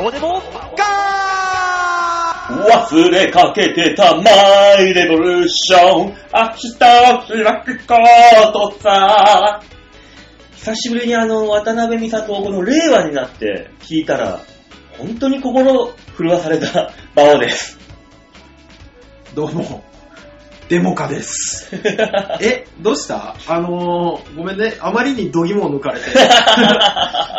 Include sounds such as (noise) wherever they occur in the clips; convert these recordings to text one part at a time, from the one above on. オデモガー忘れかけてたマイレボリューション明日は開くことさ久しぶりにあの、渡辺美里をこの令和になって聞いたら、本当に心震わされた馬王 (laughs) です。どうも、デモカです。え、どうしたあのー、ごめんね、あまりに度肝を (laughs) 抜かれて。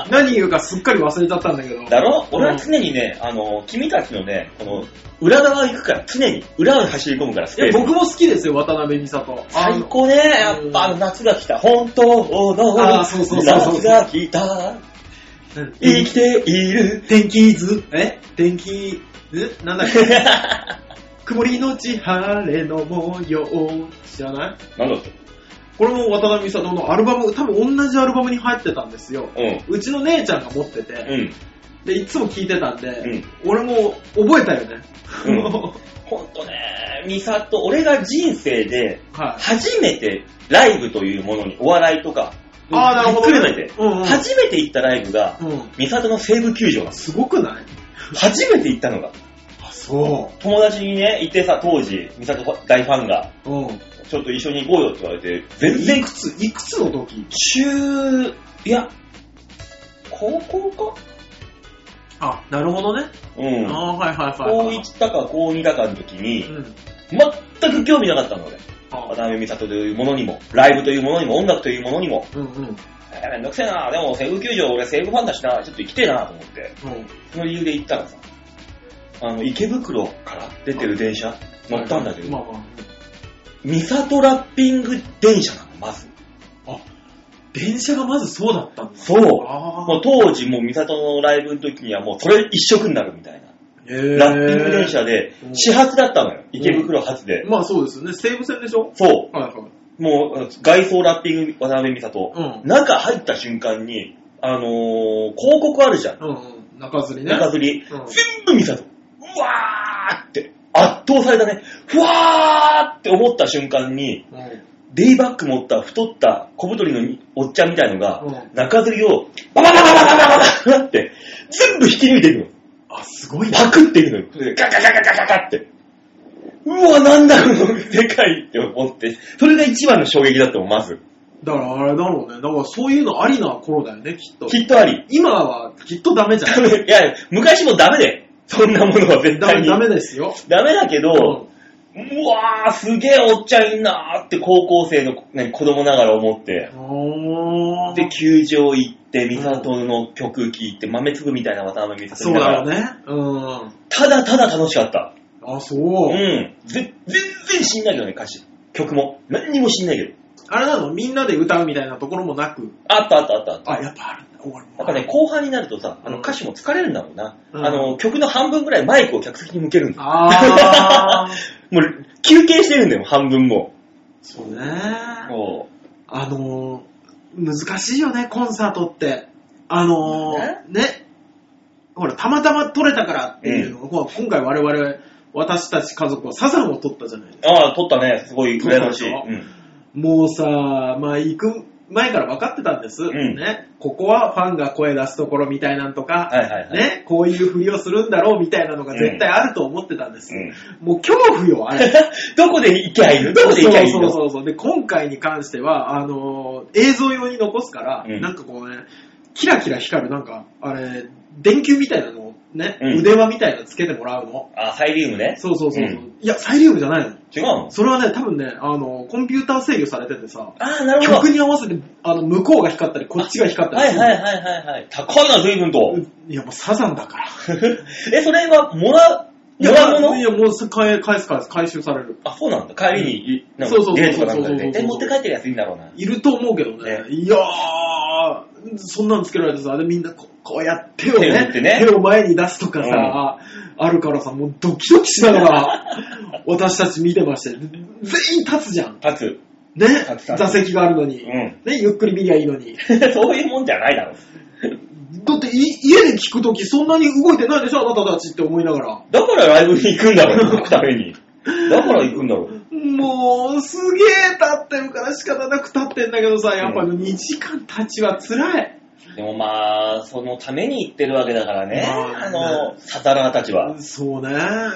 何言うかすっかり忘れちゃったんだけど。だろ俺は常にね、あの、君たちのね、この、裏側行くから、常に裏に走り込むから、スいペーや、ス。僕も好きですよ、渡辺美里。あ最の高ね、やっぱあの夏が来た。本当のあーそうそうそうそう夏が来た。生きている。天気図え天気図な (laughs) んだっけ曇りのち晴れの模様。知らないなんだっこれも渡辺美里のアルバム、多分同じアルバムに入ってたんですよ。けうちの姉ちゃんが持ってて。うん。うん。で、いつも聞いてたんで、ん俺も覚えたよね。うん (laughs) ほんとね、ミサと俺が人生ではい。初めてライブというものにお笑いとか、あーなるほどひねっくるめて、うんうん初めて行ったライブが、うん。ミサトの西武球場なんです。すごくない初めて行ったのが。あ、そ友達にね、行ってさ、当時、ミサト大ファンが、う。うん。ちょっと一緒に行こうよって言われて、全然いくつ、いくつの時中、いや、高校かあ、なるほどね。うん。あーはいはいはい高はい。 1だか高2だかの時に、うん。全く興味なかったの俺。あ渡辺美里というものにも、ライブというものにも、音楽というものにも、うんうん。えーめんどくせえな、でも西武球場俺西武ファンだしな、ちょっと行きてえなと思って、うん。その理由で行ったらさ、あの、池袋から出てる電車乗ったんだけまど、あまあ。美里ラッピング電車なの、まず。電車がまずそうだったんだ。そうあもう当時もう美里のライブの時にはもうそれ一色になるみたいな。えーラッピング電車でう、ん始発だったのよ。池袋発で。まあそうですよね。西武線でしょそはいはい。う。もう、外装ラッピング、渡辺美里。うん。中入った瞬間に、あのー広告あるじゃん。うんうん。中吊りね。中吊り。うん全部美里。うわーって、圧倒されたね。ふわーって思った瞬間に、うんデイバッグ持った太った小太りのおっちゃんみたいのが、うん中吊りを、バババババババババって、全部引き抜いていくの。あ、すごいな。パクっていうのよ。ガガガガガガガって。うわ、なんだこの世界って思って。それが一番の衝撃だったもん、まず。だからあれだろうね。だからそういうのありな頃だよね、きっと。きっとあり。今はきっとダメじゃ多ん。 (laughs) 分いや、昔もダメで。そんなものは絶ダ対メ、に。ダメですよ。ダメだけうど、うわー、すげえおっちゃんいんなーって高校生の何子供ながら思って。おーで、球場行って、美里の曲聴いて、豆粒みたいな渡辺美里そ見うながだらよね。うただただ楽しかった。ん。あ、そうう。ん。ぜ全然知んないけどね、歌詞。曲も。何にも知んないけど。あれなのみんなで歌うみたいなところもなく。あったあったあったあった。あ、やっぱあるんだ。終わるやっぱね、後半になるとさ、あうのん歌詞も疲れるんだろうな。うんあの、曲の半分ぐらいマイクを客席に向けるんだ。あ (laughs) ー。もう、休憩してるんだよ、半分も。そうね。そあのー、難しいよね、コンサートって。あのー、ね。ほら、たまたま撮れたからっていうのが、ほら今回我々、私たち家族はサザンを撮ったじゃない。う。ああ、撮ったね、すごい羨ましい。そううん。でもうさ、まあ行く前から分かってたんです。んね。ここはファンが声出すところみたいなんとか、はいはいはい。ね、こういうふりをするんだろうみたいなのが絶対あると思ってたんです。うんもう恐怖よ、あれ。 (laughs) どこで行きゃいいのどこで行きゃいいそうのそうそうそう。で、今回に関しては、あのー映像用に残すから、うんなんかこうね、キラキラ光る、なんか、あれ、電球みたいなのをね、うん腕輪みたいなのつけてもらうの。あ、サイリウムね。そうそうそうそう、うんいや、サイリウムじゃないの。違うのそれはね、多分ね、あのーコンピューター制御されててさ、ああ、なるほ曲ど。に合わせて、あの、向こうが光ったり、こっちが光ったりはいいはいはいはいはい。高いな、随分 (laughs) と。いや、もうサザンだから。え、それは、もら、いもや、らうもいのやもう返返す返す、回収される。あ、そうなんだ。帰りに、なんそうそか、うデートかなんかそうそうそうで。絶対持って帰ってるやついいんだろうな。いると思うけどね。いやー、そんなのつけられてさ、でみんなここうやって手を手をね振ってね手を前に出すとかさ、あるからさ、もうドキドキしながら、私たち見てまして、全員立つじゃん。立ね立つ立つ座席があるのに、うんね、ゆっくり見りゃいいのに。つ。 (laughs) そういうもんじゃないだろう。だってい家で聞くときそんなに動いてないでしょ、あなたたちって思いながら。だからライブに行くんだろ (laughs) う、行くために。だから行くんだろう。もう、すげえ立ってるから仕方なく立ってんだけどさ、やっぱ2時間立ちは辛い。でもまあ、そのために行ってるわけだからね、まああの、サタラーたちは。そうね。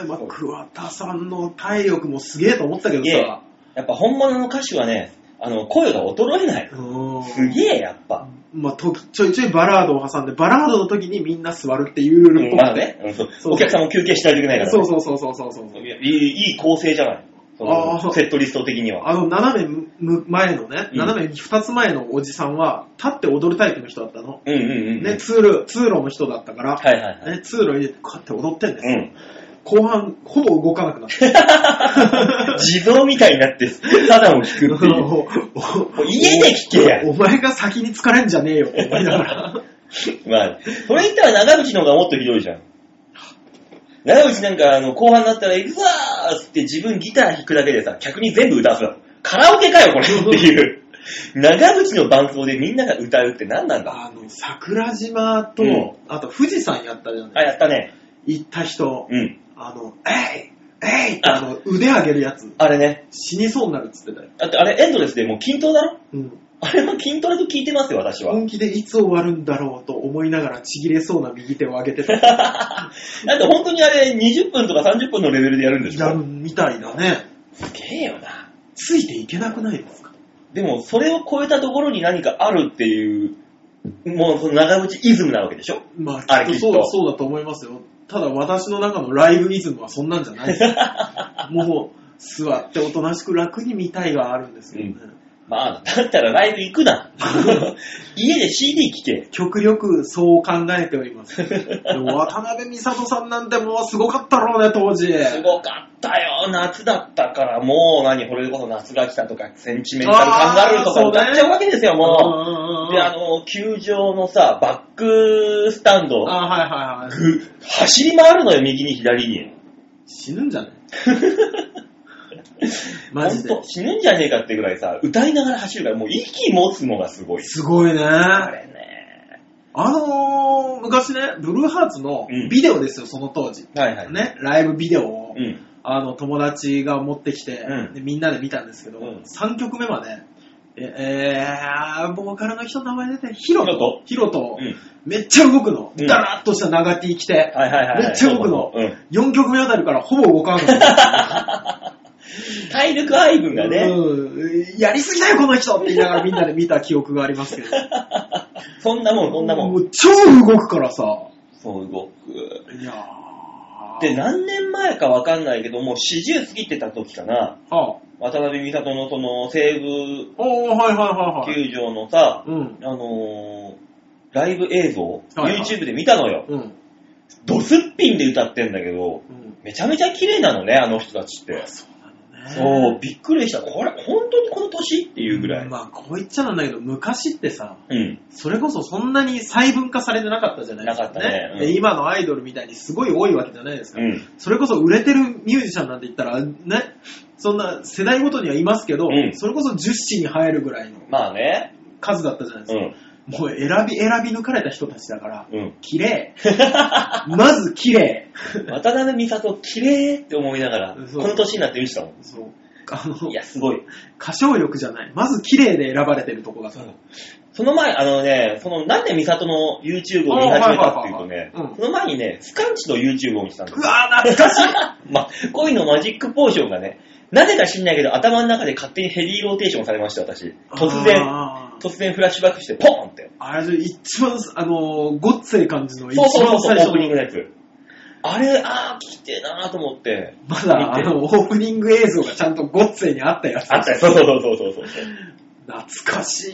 まあ、桑田さんの体力もすげえと思ったけどさ。やっぱ本物の歌手はね、あの、声が衰えない。うんすげえ、やっぱ。まあ、とちょいちょいバラードを挟んで、バラードの時にみんな座るっていうルールっぽくてまあね、うんそうそうお客さんも休憩しないといけないからね、そうそうそうそうそうそう。いやいいいい構成じゃない。そあーそのうセットリスト的には。あの、斜めむむ前のね、うん斜め2つ前のおじさんは、立って踊るタイプの人だったの。うんうんうんうん。ね、通路、通路の人だったから、はいはいはい。ね、通路にこうやって踊ってんですよ。う後半、ほぼ動かなくなった。ん。地蔵みたいになって、サダンを聞く (laughs) って (laughs) いう。お家で聞けやおお前が先に疲れんじゃねえよって思いながまら。あ、それ言ったら長渕の方がもっとひどいじゃん。長渕なんか、あの、後半になったら、行くぞーっつって自分ギター弾くだけでさ、客に全部歌わすの。カラオケかよ、これって (laughs) いう。長渕の伴奏でみんなが歌うって何なんだあの、桜島と、うんあと富士山やったじゃあ、ない。やったね。行った人、うん。あの、えいえいってあの、腕上げるやつ、あれね。死にそうになるっつってたよ。だってあれエンドレスでもう均等だろ (laughs) うん。あれも筋トレと聞いてますよ、私は。本気でいつ終わるんだろうと思いながらちぎれそうな右手を上げてた。だって本当にあれ20分とか30分のレベルでや (laughs) るんでしやるょみたいだね。すげえよな。ついていけなくないですかでも、それを超えたところに何かあるっていう、もうその長渕イズムなわけでしょまあ、あれききっっとそうとそうだと思いますよ。ただ私の中のライブイズムはそんなんじゃな (laughs) いですよ。もう、座っておとなしく楽に見たいがあるんですけどね。まあ、だったらライブ行く (laughs) な。家で CD 聴け。極力そう考えてお (laughs) ります。でも渡辺美里さんなんてもうすごかったろうね、当時。すごかったよ、夏だったから、もう何、これこそ夏が来たとか、センチメンタルカンガルーとかあーそうね歌っちゃうわけですよ、もう。もで、あの、球場のさ、バックスタンド、あ、はいはいはい。ぐ走り回るのよ、右に左に。死ぬん (laughs) じゃないマ本ジで当。死ぬんじゃねえかってぐらいさ、歌いながら走るから、もう息持つのがすごい。すごいね。ああれね。のー、昔ね、ブルーハーツのうんビデオですよ、その当時。はいはい。ね、ライブビデオを、うん。あの、友達が持ってきて、うんでみんなで見たんですけど、うん3曲目まで、え、えー、ボーカルの人の名前出て、ヒロト。ヒロトうん。めっちゃ動くの。うんダラっとした長 T 着て、はいはいはいはい。めっちゃ僕のうん。 4曲目あたりからほぼ動かな (laughs) かった。体力配分がね、うんやりすぎだよ、この人って言いながらみんなで見た記憶がありますけど。そんなもん、そんなももん。う超動くからさ。そう動く。いやー。で、何年前かわかんないけど、もう40過ぎてた時かな、はあ、渡辺美里のその西武おー、はいはいはいはい。球場のさ、うん。あのー、ライブ映像、はいはい YouTube で見たのよ。うん。ドスッピンで歌ってんだけど、うん。めちゃめちゃ綺麗なのね、あの人たちって。そう、びっくりした。これ、本当にこの年っていうぐらい。まあ、こう言っちゃなんだけど、昔ってさ、うん。それこそそんなに細分化されてなかったじゃないですか、ね。なかったねうんで今のアイドルみたいにすごい多いわけじゃないですか。うん。それこそ売れてるミュージシャンなんて言ったら、ね、そんな世代ごとにはいますけど、うんそれこそ10子に入るぐらいのまあね。数だったじゃないですうか。ん。もう選び、選び抜かれた人たちだから、うん。綺 (laughs) 麗。まず綺麗。渡辺美里、綺麗って思いながら、そうこの年になって見てたもそう。あん。のい、や、すごい。歌唱力じゃない。まず綺麗で選ばれてるとこがさ、その前、あのね、その、なんで美里の YouTube を見始めたっていうとねあはいはいはいはいうん、その前にね、スカンチの YouTube を見てたんですうよ。わー懐かしいま、恋のマジックポーションがね、なぜか知んないけど、頭の中で勝手にヘリーローテーションされました、私。 (laughs) 突然、あー突然フラッシュバックして、ポーンって。あれ、一番、あのー、ごっつい感じの、一そうそう番そう最そう、オー初プニングの、のやつ。あれ、あー、聞きてえなーと思って。まだ、あ見ての、オープニング映像がちゃんとごっついにあったやつ。あったよ、そうそうそうそうそうそう。懐かし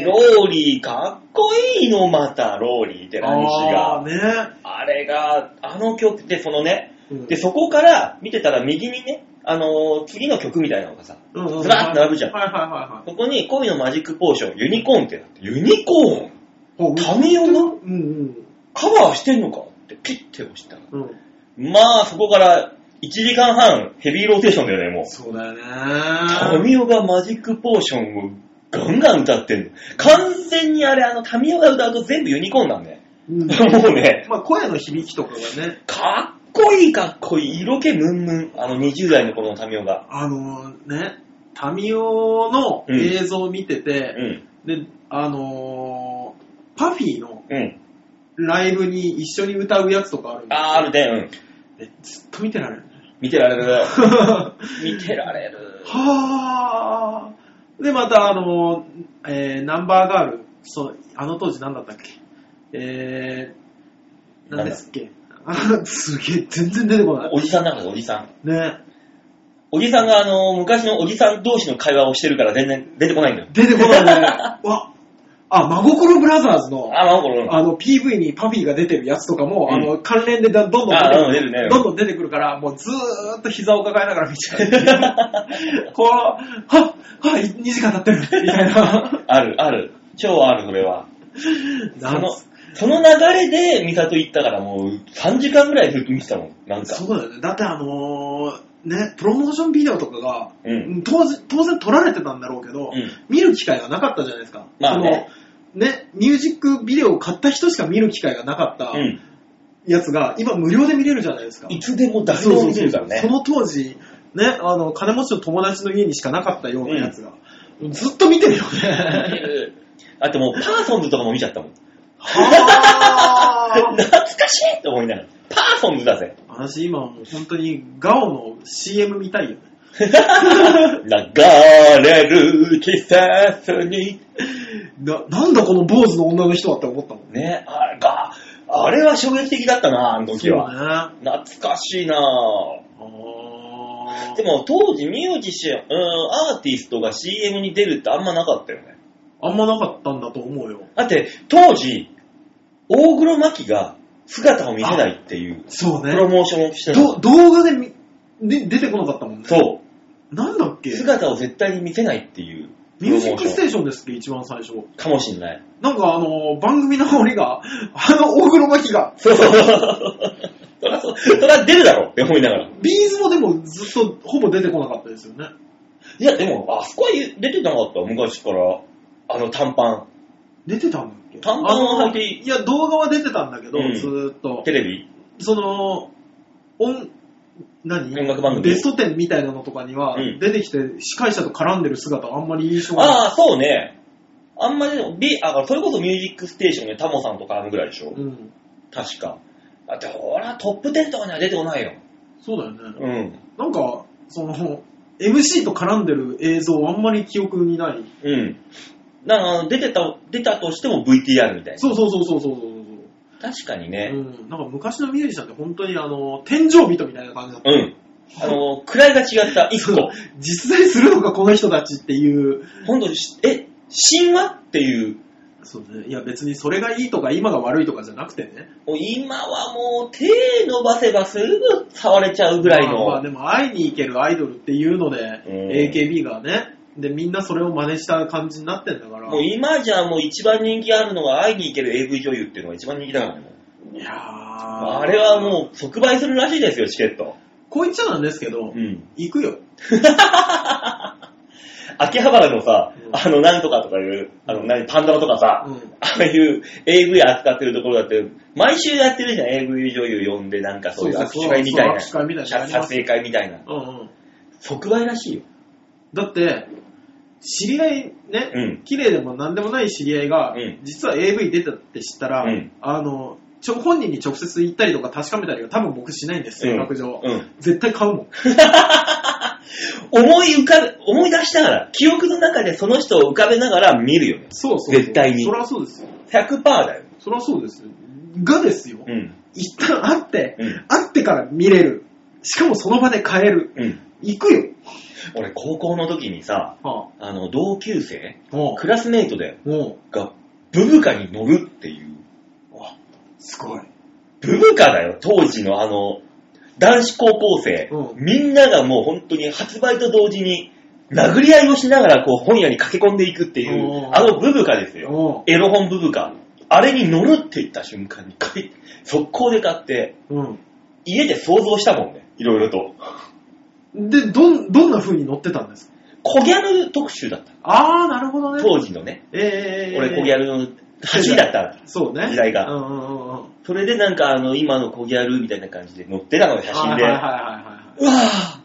い。 (laughs) ローリー、かっこいいの、また、ローリーって何しあが。ーね。あれが、あの曲って、そのね、うんで、そこから見てたら右にね、あのー次の曲みたいなのがさ、うんうんずらっと並ぶじゃんはいはいはいはい。ここに恋のマジックポーション、ユニコーンってなって、ユニコーンほう民生のうんうんカバーしてんのかってピッて押したら。うん。まあ、そこから1時間半ヘビーローテーションだよね、もう。そうだよね。タミオがマジックポーションをガンガン歌ってんの。完全にあれ、あの、タミオが歌うと全部ユニコーンなんだよ。 (laughs) うんもうね、まあ、声の響きとかがね、かっこいいかっこいい。色気ムンムン。あの、20代の頃のタミオが。あのー、ね、民生の映像を見てうて、ん。で、あのー、パフィーのうん。ライブに一緒に歌うやつとかあるんであー、あるね。うん。でずっと見て (laughs) られるね。見てられる。は見てられる。あ。で、また、あの、えーナンバーガール、そう、あの当時何だったっけえー、何ですっけあ (laughs) すげえ、全然出てこない。おじさんだから、おじさん。ね、おじさんが、あの、昔のおじさん同士の会話をしてるから全然出てこないんだよ。出て (laughs) こないね。わ、あ、真心ブラザーズの、あ、まあ、これ、あの、PV にパフィーが出てるやつとかも、うんあの、関連でだどんどん出あうんて出くるねどんどん出てくるから、もうずーっと膝を抱えながら見ちゃう。こう、はっ、はい、2時間経ってる、みたいな。 (laughs) ある、ある。超ある、それは。 (laughs) そなんの、その流れで、ミサト行ったから、もう、3時間ぐらいずっと見てたもん。なんか。そうだよね。だってあのーね、プロモーションビデオとかが、うん当然当然撮られてたんだろうけど、うん見る機会がなかったじゃないですか。まあねそのね、ミュージックビデオを買った人しか見る機会がなかったうん。やつが、今無料で見れるじゃないですか。いつでも誰でも見てるからそうね。そうそうその当時、ね、あの、金持ちの友達の家にしかなかったようなやつが、ずっと見てるよ見 (laughs) てね。るあともう、パーソンズとかも見ちゃったもん。 (laughs) はぁ懐かしいって思いながら。パーソンズだぜ。私今もう本当にガオの CM 見たいよね。流れる季節に。な、なんだこの坊主の女の人はって思ったもん。ね、あれが、あれは衝撃的だったな、あの時は。は。懐かしいなぁ。あーでも当時ミュージシャン、うん、アーティストが CM に出るってあんまなかったよね。あんまなかったんだと思うよ。だって当時、大黒摩季が姿を見せないっていうそうプね。ロモーションをしてたど動画でみで出てこなかったもんね。。そうなんだっう。け姿を絶対に見せないっていうプミュローモジッークスシテョンーションですっけ、一番最初。かもしんない。なんかあのー番組の折が、 (laughs) あの大黒摩季が、そう。そらそ、そら出るだろうって思いながら。ビーズもでもずっとほぼ出てこなかったですよね。いや、でも、あそこは出てなかった、昔から。あの短パ出てたんだっけ短パンは履いていいあのーいや、動画は出てたんだけど、うんずーっとン、。テレビ。その、音、何音楽番組ベスト10みたいなのとかには、うん出てきて司会者と絡んでる姿あんまり印象がない。ああ、そうね。あんまりでも、ビあ、それこそミュージックステーションでタモさんとかあのぐらいでしょ。うん。確か。だって、ほら、トップ10とかには出てこないよ。そうだよね。うん。なんか、その、MC と絡んでる映像あんまり記憶にない。うん。だから、出てた、出たとしても VTR みたいそうそうそうそうそうそうそう。な。確かにうね。ん、なんか昔のミュージシャンって本当にあの、天井人みたいな感じだった。うん。あの、位が違った、一そう個。実在するのかこの人たちっていう。ほんと、しえ、神話っていう。そうね。いや別にそれがいいとか今が悪いとかじゃなくてね。もう今はもう手伸ばせばすぐ触れちゃうぐらいの。まあまあでも会いに行けるアイドルっていうので、うん AKB がね。で、みんなそれを真似した感じになってんだから。もうい今じゃもう一番人気あるのが会いに行ける AV 女優っていうのが一番人気だからね。やーあれはもう即売するらしいですよ、チケット。こう言っちゃなんですけど、ん。行くよ。秋葉原のさう、んあの、なんとかとかいう、あの、何、パンダマとかさ、うんああいう AV 扱ってるところだって、毎週やってるじゃん、AV 女優呼んで、なんかそういうそう握そ手う会みたいな。そう握手会みたいなのあります撮影会みたいな。うんうん。即売らしいよ。だって、知り合いね、うん綺麗でも何でもない知り合いが、うん実は AV 出たって知ったら、うんあの、ちょ、本人に直接行ったりとか確かめたりは多分僕しないんですよ、うん性格上。うん絶対買うもん。思い浮かべ、思い出しながら、記憶の中でその人を浮かべながら見るよね。そうそうそう絶対にそりゃそうですよ。 100%だよ。そりゃそうですよ。がですよ、うん。一旦会って、うん会ってから見れる。しかもその場で買える。うん。行くよ。俺、高校の時にさ、はあ、あの、同級生、おうクラスメイトで、おうが、ブブカに乗るっていう。すごい。ブブカだよ、当時のあの、男子高校生。うみんながもう本当に発売と同時に、殴り合いをしながらこう本屋に駆け込んでいくっていうお、ーあのブブカですよ。おうエロ本ブブカ。あれに乗るって言った瞬間に買い、速攻で買って、う家で想像したもんね、いろいろと。ん。で、どん、どんな風に乗ってたんですか小ギャル特集だった。あー、なるほどね。当時のね。えー、俺小ギャルの8位だった。そうね。時代がうんうんうんうん。それでなんかあの、今の小ギャルみたいな感じで乗ってたのよ、写真で。はいうはいわは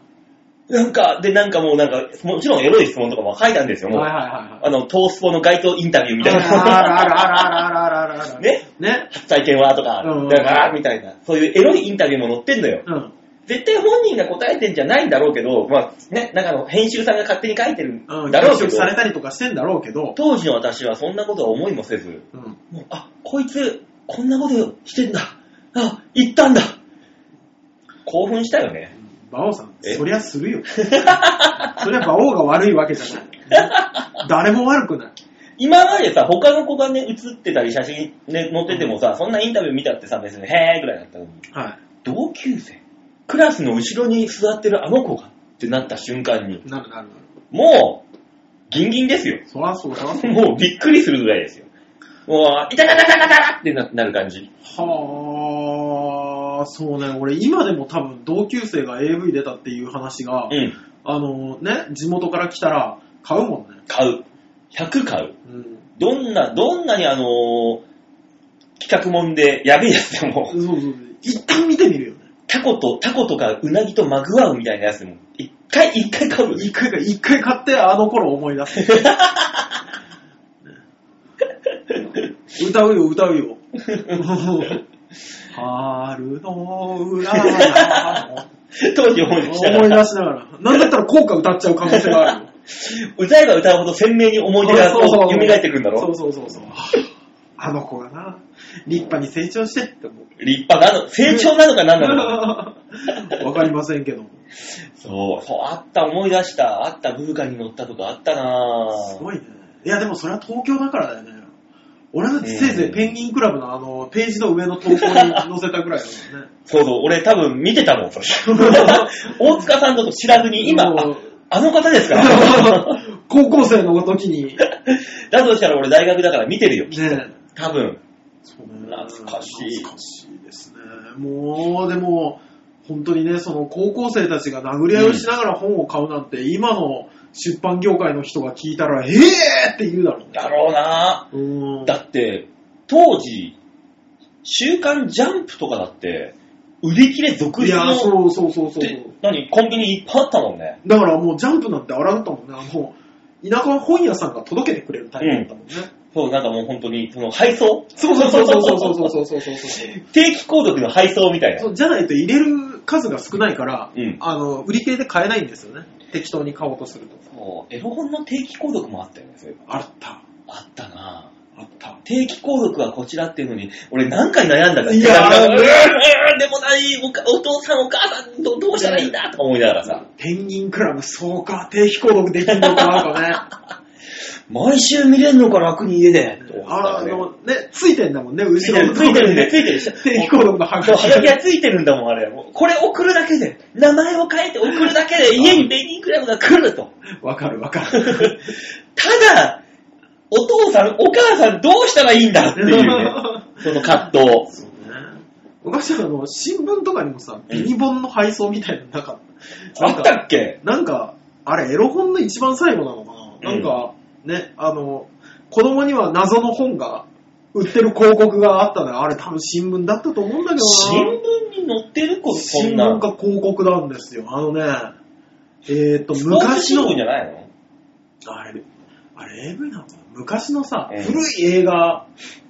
ぁなんか、で、なんかもうなんか、もちろんエロい質問とかも書いたんですよ、もう。はいあはいはいはい。の、トースポの街頭インタビューみたいあらな。あらあらあらあらあらあ (laughs) ら。ねね。初体験はとかうん、だから、みたいな。そういうエロいインタビューも載ってんのよ。うん。絶対本人が答えてんじゃないんだろうけど、まあ、ね、なんかあの編集さんが勝手に書いてるんうん。だろうけ侵食どさ、れたりとかしてんだろうけど。当時の私はそんなことは思いもせず、うん。もう、あ、こいつ、こんなことしてんだ。あ、言ったんだ。興奮したよね。馬王さん、えそりゃ (laughs) するよ。そりゃ馬王が悪いわけじゃない。誰も悪くない。今までさ、他の子がね、写ってたり写真ね、載っててもさ、そんなインタビュー見たってさ、別に、へーぐらいだったのに、は同級生、クラスの後ろに座ってるあの子がってなった瞬間に、い。なるなるなる。もう、ギンギンですよ。 (laughs) そらそうそらそう。もうびっくりするぐらいですよ。もう、いたたたたたたってななる感じ。はあ、そうね。俺今でも多分同級生が AV 出たっていう話が、うん、あのね、地元から来たら買うもんね。買う。100買う。うん。どんな、どんなにあのー企画もんでやべえやつでもそ、うそうそう。一旦見てみるよね。タコと、タコとかウナギとマグワウみたいなやつでも、一回、一回買うよ。一回か、一回買ってあの頃思い出す。ね歌うよ、歌うよ。春の裏 (laughs) の当時思い出したか思い出ら、しながら。なんだったら効果歌っちゃう可能性があるよ。歌えば歌うほど鮮明に思い出がこう蘇ってくるんだろそうそうそうそう。あの子がな、立派に成長してって思う。立派なの、成長なのか何なのか。 (laughs) わかりませんけども。そう、そう、あった、思い出した。あった、ブーカに乗ったとかあったなぁすごいね。いや、でもそれは東京だからだよね。俺だってせいぜいペンギンクラブのあの、ページの上の投稿に載せたぐらいだもんね。そうそう、俺多分見てたもん、そ (laughs) れ。大塚さんだと知らずに、今、も (laughs) うああの方ですから。高校生の時に。ねだとしたら俺大学だから見てるよ。多分。そう懐かしい懐かしいですね。もう、でも、本当にね、その高校生たちが殴り合いをしながら本を買うなんて、今の出版業界の人が聞いたら、えーって言うだろうね。だろうなうんだって、当時、週刊ジャンプとかだって、売り切れ続い出や、の、そうそうそうそうって何コンビニいっぱいあったもんね。だからもうジャンプなんてあらだったもんね。あの、田舎は本屋さんが届けてくれるタイプだったもんね。そう、なんかもう本当に、その配送そうそうそうそうそうそうそうそうそうそう。 (laughs) 定期購読の配送みたいな。 (laughs) じゃないと入れる数が少ないから、うんあの、売り切れで買えないんですよね。適当に買おうとすると。そう、エロ本の定期購読もあったよね、そういえばあった。あったなぁあった。定期購読はこちらっていうのに、俺何回悩んだかいやー手紙がうーんでもないおか、お父さんお母さんどどうしたらいいんだとか思いながらさ、ペンギンクラブ、そうか、定期購読できんのか、なん (laughs) かね。毎週見れんのか楽に家で、と思ったあらねの、ね、ついてんだもんね、後ついろてる、の (laughs) とつこいてるろにんで、ね。ついてる。定期購読のもハうガキはがきがついてるんだもん、あれ。もうこれ送るだけで、名前を変えて送るだけで家にベイビークラブが来ると。 (laughs) わかるわかた (laughs) る。だ、お父さん、お母さんどうしたらいいんだっていう (laughs) ね、その葛藤。そうね。昔あの、新聞とかにもさ、ビニボンの配送みたいなのなかった。あったっけなんか、あれ、エロ本の一番最後なのかな、うんなんか、ね、あの、子供には謎の本が、売ってる広告があったのよ。あれ多分新聞だったと思うんだけどな。新聞に載ってるこそ新ん聞な。か広告なんですよ。あのね、えっ、と、スポーツ昔新の聞、じゃないのあれ、あれ AV なのかな昔のさ、うん古い映画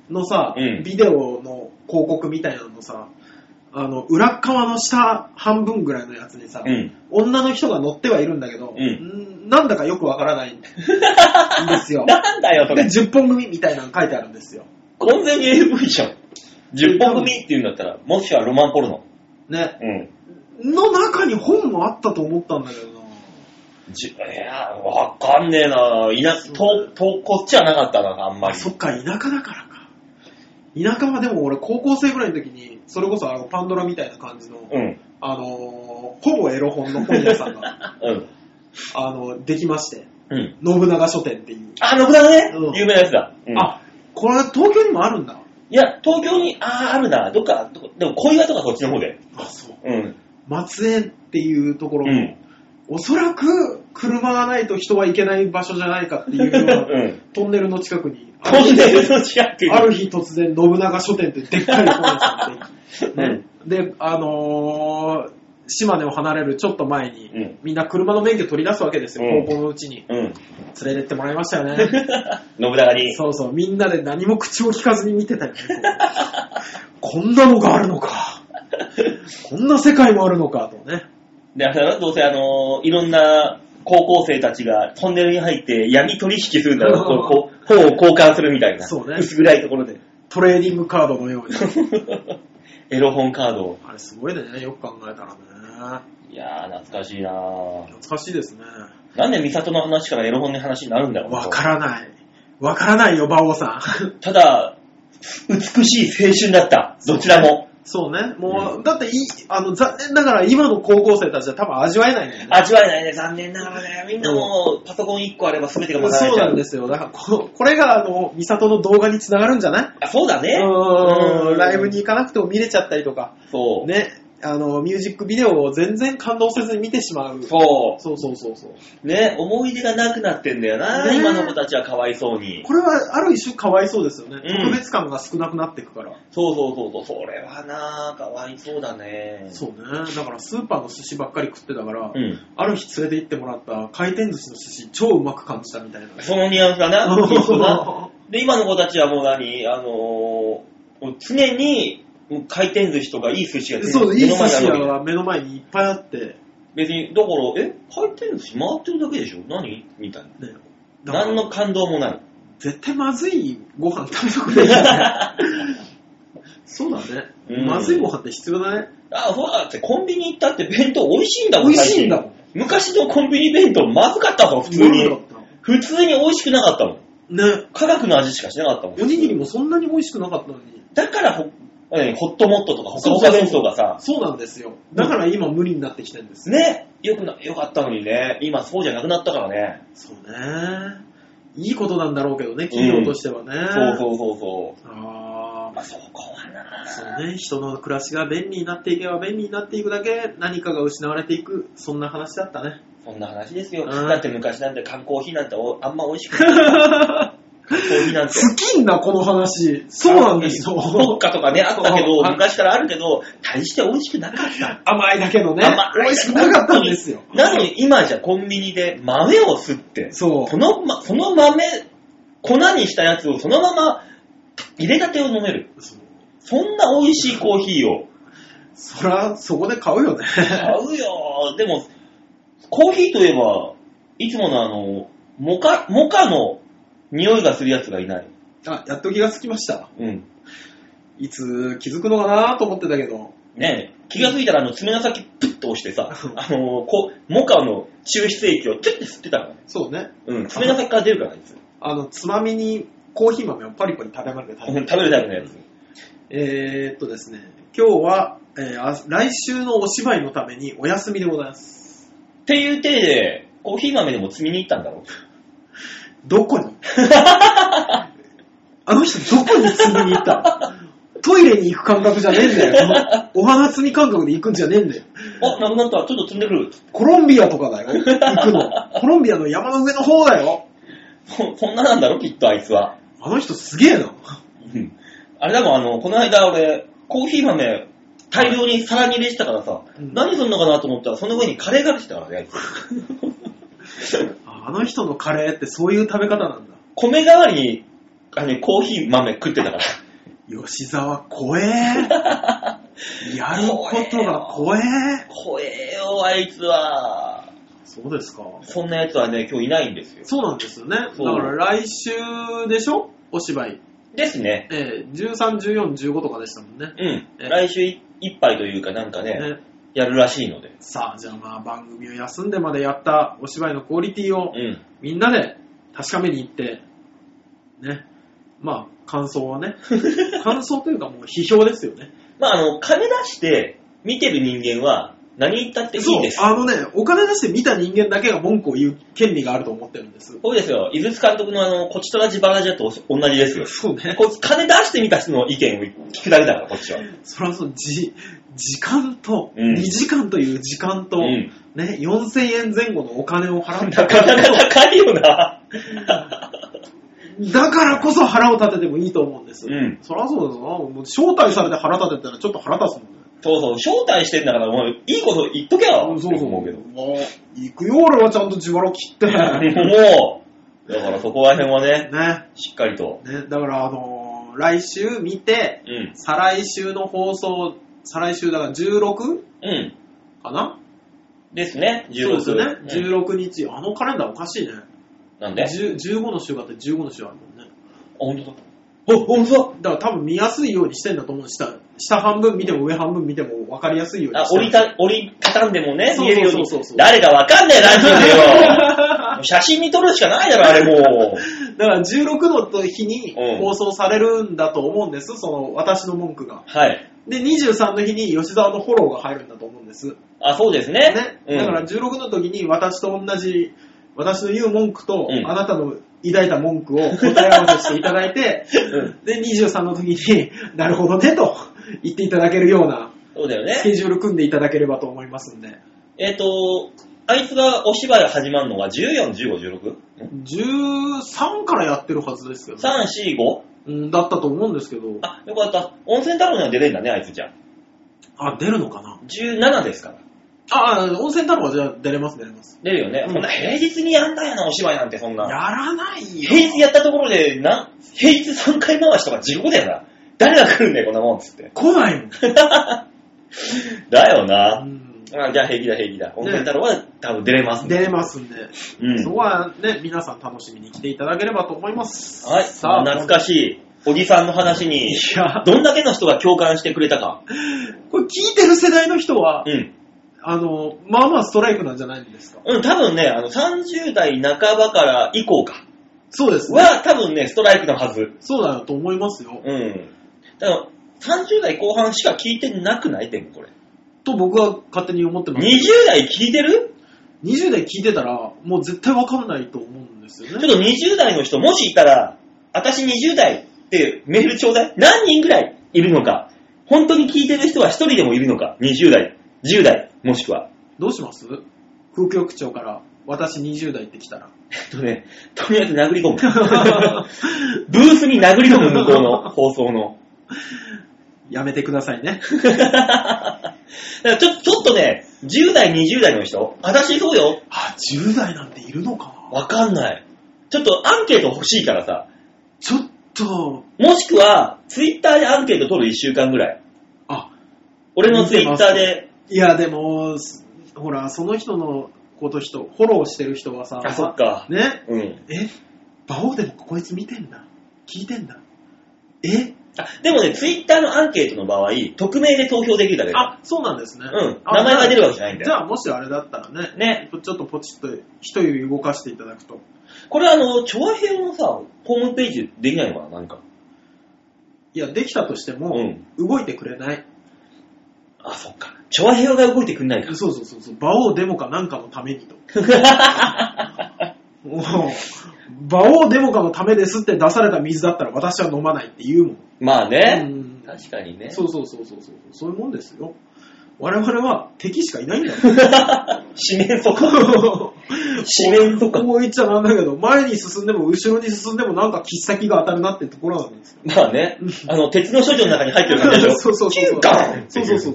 のさ、うんビデオの広告みたいなのさ、あの、裏っ側の下半分ぐらいのやつにさ、うん。女の人が乗ってはいるんだけど、うん。んなんだかよくわからないん (laughs) ですよなんだよ、そで、れ。 10本組みたいなの書いてあるんですよ。完全に AV じゃん。10本組っていうんだったら、もしくはロマンポルノ。ね。うん。の中に本もあったと思ったんだけどな。じいやー、わかんねえなぁ。いな、と、と、こっちはなかったな、あんまあ、り。そっか、田舎だからか。田舎はでも俺高校生ぐらいの時に、それこそあのパンドラみたいな感じの、うん。あのーほぼエロ本の本屋さんが、 (laughs) うん。あの、できまして、うん。信長書店っていう。あ、信長ね、うん有名なやつだ。うん、あ、これ東京にもあるんだ。いや、東京に、あー、あるな。どっか、どこでも小岩とかそっちの方で。あ、そう。うん。松江っていうところうの、ん。おそらく車がないと人は行けない場所じゃないかっていうような (laughs) うん。トンネルの近くに、あトンネルの近くに。る日突然信長書店ってでっかい本屋さんで、うんねで、あのー島根を離れるちょっと前に、うんみんな車の免許取り出すわけですよ、うん高校のうちに。うん。連れてってもらいましたよね。信長に。 (laughs) そうそう、みんなで何も口を聞かずに見てたよね。 (laughs) こうこんなのがあるのか。こんな世界もあるのか、とね。で、あれだろどうせあのーいろんな高校生たちがトンネルに入って闇取引するんだろ (laughs) うこう、こう、本を交換するみたいな。そうね薄暗いところで。 (laughs) トレーディングカードのように。 (laughs) エロ本カードを。あれすごいね、よく考えたらね。いやー、懐かしいなぁ。懐かしいですね。なんで美里の話からエロ本の話になるんだろう。わからない。わからないよ、馬王さん。 (laughs) ただ、美しい青春だった。どちらも。そうね。もう、だってい、あの、残念ながら今の高校生たちは多分味わえないんだよね。味わえないね、残念ながらね。みんなもう、パソコン1個あれば全てが学べちゃそうなんですよ。だからこの、これが、あの、ミサトの動画につながるんじゃないあそうだね。うん、ライブに。行かなくても見れちゃったりとか、そう。ね、あの、ミュージックビデオを全然感動せずに見てしまう。そそうそうそうそう。う。ね、思い出がなくなってんだよな、ね今の子たちはかわいそうに。これはある一種かわいそうですよね。うん特別感が少なくなっていくから。そうそうそうそう、それはなぁ、かわいそうだね。そうね。だからスーパーの寿司ばっかり食ってたから、うん。ある日連れて行ってもらった回転寿司の寿司超うまく感じたみたいな。そのニュアンスだな、きっとな。で、今の子たちはもう何あのー、もう常に回転寿司とかいい寿司が (laughs) そう、いい目寿の前にあ司るわ屋けだが目の前にいっぱいあって、別に、だから、え、回転寿司回ってるだけでしょ何みたいな。ね、だから何の感動も (laughs) ない。絶対まずいご飯食べたくない (laughs) じゃんそうだね、うんまずいご飯って必要だね。あ、そうだって、コンビニ行ったって弁当美味しいんだもん、美味しいんだもん。最近昔のコンビニ弁当まずかったもん、普通うまに。かっ普通に美味しくなかったもん。たね。科学の味しかしなかったもん。おにぎりもそんなに美味しくなかったのに。だからほ、えホットモットとかほかほそうそうかそう弁当がさ、そうなんですよ。だから今無理になってきてるんですよ。ね、よくな、よかったのにね、今そうじゃなくなったからね。そうね。いいことなんだろうけどね、企業としてはね。そうそうそうそう。あまあ、そこはなあ、そうね。人の暮らしが便利になっていけば便利になっていくだけ何かが失われていく、そんな話だったね。そんな話ですよ。うんだって昔なんて缶コーヒーなんておあんま美味しくない。缶コーヒーなんて。きんな、この話。ポッカとかね、あったけど、はい昔からあるけど、大して美味しくなかった。 (laughs) 甘いだけどね甘いだ。け美味しくなかったんですよ。なのに今じゃコンビニで豆を吸って、そうそ。のま、その豆、粉にしたやつをそのまま入れたてを飲める。そうそんな美味しいコーヒーを。そら、そこで買うよね。 (laughs) 合うよでも、コーヒーといえば、いつものあの、モカ、モカの匂いがするやつがいない。あ、やっと気がつきました。うん。いつ気づくのかなと思ってたけど。ねえ、気がついたらあの爪の先プッと押してさ、うんあのこう、モカの抽出液をチュッて吸ってたからね。そうね。うん、爪の先から出るからね、いつもあの、つまみにコーヒー豆をパリパリ食べまるで食べうるん。 (laughs) 食べるタイプのやつ。えーっとですね、今日は、えーあ来週のお芝居のためにお休みでございます。っていう体で、コーヒー豆でも摘みに行ったんだ (laughs) ろど (laughs) こにあの人どこに積みに行ったトイレに行く感覚じゃねえんだよ。お花摘み感覚で行くんじゃねえんだよ。あ、なくなった。ちょっと摘んでくる。 (laughs) コロンビアとかだよ。行くの。コロンビアの山の上の方だよ。そ、そんななんだろきっとあいつは。あの人すげえな。うん。あれだもん、あの、この間俺、コーヒー豆、大量に皿に入れてたからさ、うん何すんのかなと思ったら、その上にカレーが出てたからね、あいつ。 (laughs) あの人のカレーってそういう食べ方なんだ。米代わりに、あの、コーヒー豆食ってたから。吉沢怖え。 (laughs) やることが怖え。怖えよ、あいつは。そうですか。そんなやつはね、今日いないんですよ。そうなんですよね。だかそうら来週でしょお芝居。ですね。えー、13、14、15とかでしたもんね。うん。え来週い一杯というかなんかね、ねやるらしいので。さあ、じゃあまあ番組を休んでまでやったお芝居のクオリティをうん。みんなで確かめに行って、ね。まあ、感 (laughs) 想はね。感想というかもう批評ですよね。まあ、あの、金出して見てる人間は何言ったっていいんです。あのね、お金出して見た人間だけが文句を言う権利があると思ってるんです。そうですよ。井筒監督のあの、こっちとラジバラジャと同じですよ。そうね。こっち金出してみた人の意見を聞くだけだから、こっちは。そらそう、じ、時間と、うん2時間という時間と、うんね、4000円前後のお金を払っなた。かなか高いよな。だからこそ腹を立ててもいいと思うんです。うんそらそうですよ。もう招待されて腹立てたらちょっと腹立つもんね。そうそう、招待してんだから、もういいこと言っとけよそうそうって思うけど。もう行くよ、俺はちゃんと自腹切って。ね。もう、だからそこら辺はね、しっかりと。ね、だから、あのー来週見て、うん。再来週の放送、再来週だからう。16? かなんですね、そ16うですよね。うん16日。あのカレンダーおかしいね。なんであ、 10 15の週があって15の週あるもんね。本当だ。あ、本当だから多分見やすいようにしてんだと思う。下、下半分見ても上半分見ても分かりやすいようだ。にあし、て折りた、折りたたんでもね、そうそう見えるようそうそうそうに。誰かわかんねえなってよ。(laughs) 写真に撮るしかないだろ、あれもう。だから16の日にうん放送されるんだと思うんです、その私の文句が。はい。で、23の日に吉沢のフォローが入るんだと思うんです。ね。あ、そうですね。うんだから16の時に私と同じ、私の言う文句と、うんあなたの抱いた文句を答え合わせしていただいて、 (laughs) うんで、23の時に、 (laughs) なるほどねと言っていただけるようなそうだよスケね。ジュール組んでいただければと思いますんで。えっ、と、あいつがお芝居が始まるのが14、15、16? 13からやってるはずですよね。 3、4、5? うんだったと思うんですけど、あ、よかった。温泉太郎には出れんだね、あいつじゃ。あ、出るのかな17ですから。あ、あ温泉太郎はじゃあ出れます、出れます。出るよね。うんそんな平日にやんだよな、お芝居なんてそんやな。らないよ。平日やったところで、な、平日3回回しとか地獄だよな。誰が来るんだよ、こんなもんっつって。 (laughs) 来ないもん。だよな。うんあじゃあ平気だ、平気だ。温泉太郎は多分出れます、出れますんで、うんそこはね、皆さん楽しみに来ていただければと思います。はい。さあ、懐かしい。おじさんの話に、い (laughs) や、どんだけの人が共感してくれたか。これ聞いてる世代の人は、うん。あの、まあまあストライクなんじゃないんですか。うん、多分ね、あの、30代半ばから以降か。そうですね。は、多分ね、ストライクのはず。そうだと思いますよ。うん。だから、30代後半しか聞いてなくないでもこれ。と僕は勝手に思ってます。 20代聞いてる20代聞いてたら、もう絶対わかんないと思うんですちょよっね。と20代の人、もしいたら、私20代ってメールちょうだい。何人ぐらいいるのか。本当に聞いてる人は一人でもいるのか。20代、10代、もしくは。どうします副局長から、私20代って来たら。えっとね、とりあえず殴り込 (laughs) む。ブースに殴り込む、向こうの放送の。やめてくださ (laughs) いね。だからちょちょっとね、10代、20代の人、私そうよ。あ、10代なんているのかなわかんない。ちょっとアンケート欲しいからさ、ちょっと、もしくは、ツイッターでアンケート取る1週間ぐらい。あ、俺のツイッターで、いや、でも、すほら、その人のこと人、フォローしてる人はさ、あ、そっか。ね、うん。え、馬王でもこいつ見てんだ。聞いてんだ。えあ、でもね、ツイッターのアンケートの場合、匿名で投票できるだけだあ、そうなんですね。うん。あ名前が出るわけじゃないんだじよ。ゃあ、もしあれだったらね、ね。ちょっとポチッと一指動かしていただくと。これあの、調和平和のさ、ホームページできないのかななんか。いや、できたとしてうも、ん。動いてくれない。あ、そっか。調和平和が動いてくんない (laughs) か。そうそうそうそう、馬王デモかなんかのためにと。もう馬王デモかのためですって出された水だったら私は飲まないって言うもん。まあね。うん確かにね。 (laughs) そうそうそうそうそう。そういうもんですよ。我々は敵しかいないんだよ。紙面とか。紙面とか。こう言っちゃなんだけど、前に進んでも後ろに進んでもなんか切っ先が当たるなってところなんですよ。まあね。あの、鉄の処女の中に入ってる感じでしょ。そうそうそうキそンう。ガンそうそうそう。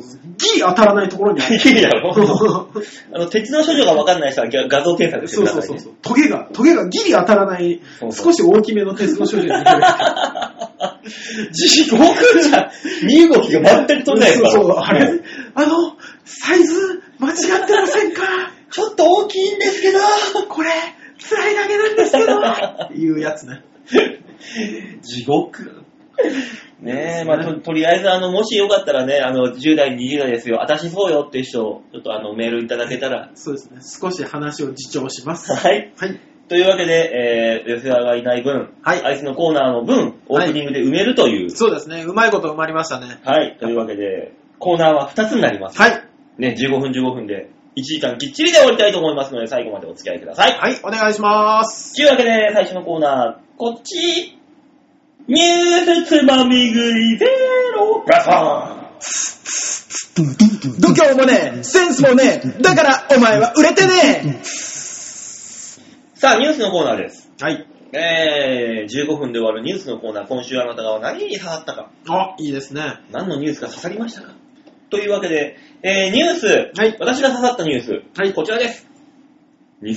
ギー当たらないところにあい (laughs) る。いだろ。そうそうあの、鉄の処女がわかんない人は画画像検索してください、ね。そうそう。トゲが、トゲがギリ当たらない、そうそう少し大きめの鉄の少女に見える。地獄じゃん身動きが全く取れないから。そうそう、あもうれ、あの、サイズ、間違ってませんかちょっと大きいんですけど、これ、辛いだけなんですけど (laughs) っていうやつね。地獄。ねえ、まあと、とりあえず、あの、もしよかったらね、あの、10代、20代ですよ、私そうよっていう人、ちょっとあの、メールいただけたら。そうですね、少し話を自重します。はい。はい。というわけで、えー、吉沢がいない分、はいあいつのコーナーの分、オープニングで埋めるという。そうですね、うまいこと埋まりましたね。はい、というわけで、コーナーは2つになります。はい。ね、15分15分で、1時間きっちりで終わりたいと思いますので、最後までお付き合いください。はい、お願いします。というわけで、最初のコーナー、こっち、ニュースつまみ食いゼロプラスワ度胸もねえ、センスもねえ、だからお前は売れてンねさあ、ニュースのコーナーです。えはい。えー、15分で終わるニュースのコーナー、今週あなたが何に刺さったか、あ、いいですね。何のニュースが刺さりましたか、というわけで、えーニュース、はい私が刺さったニュース、はいこちらです。2019、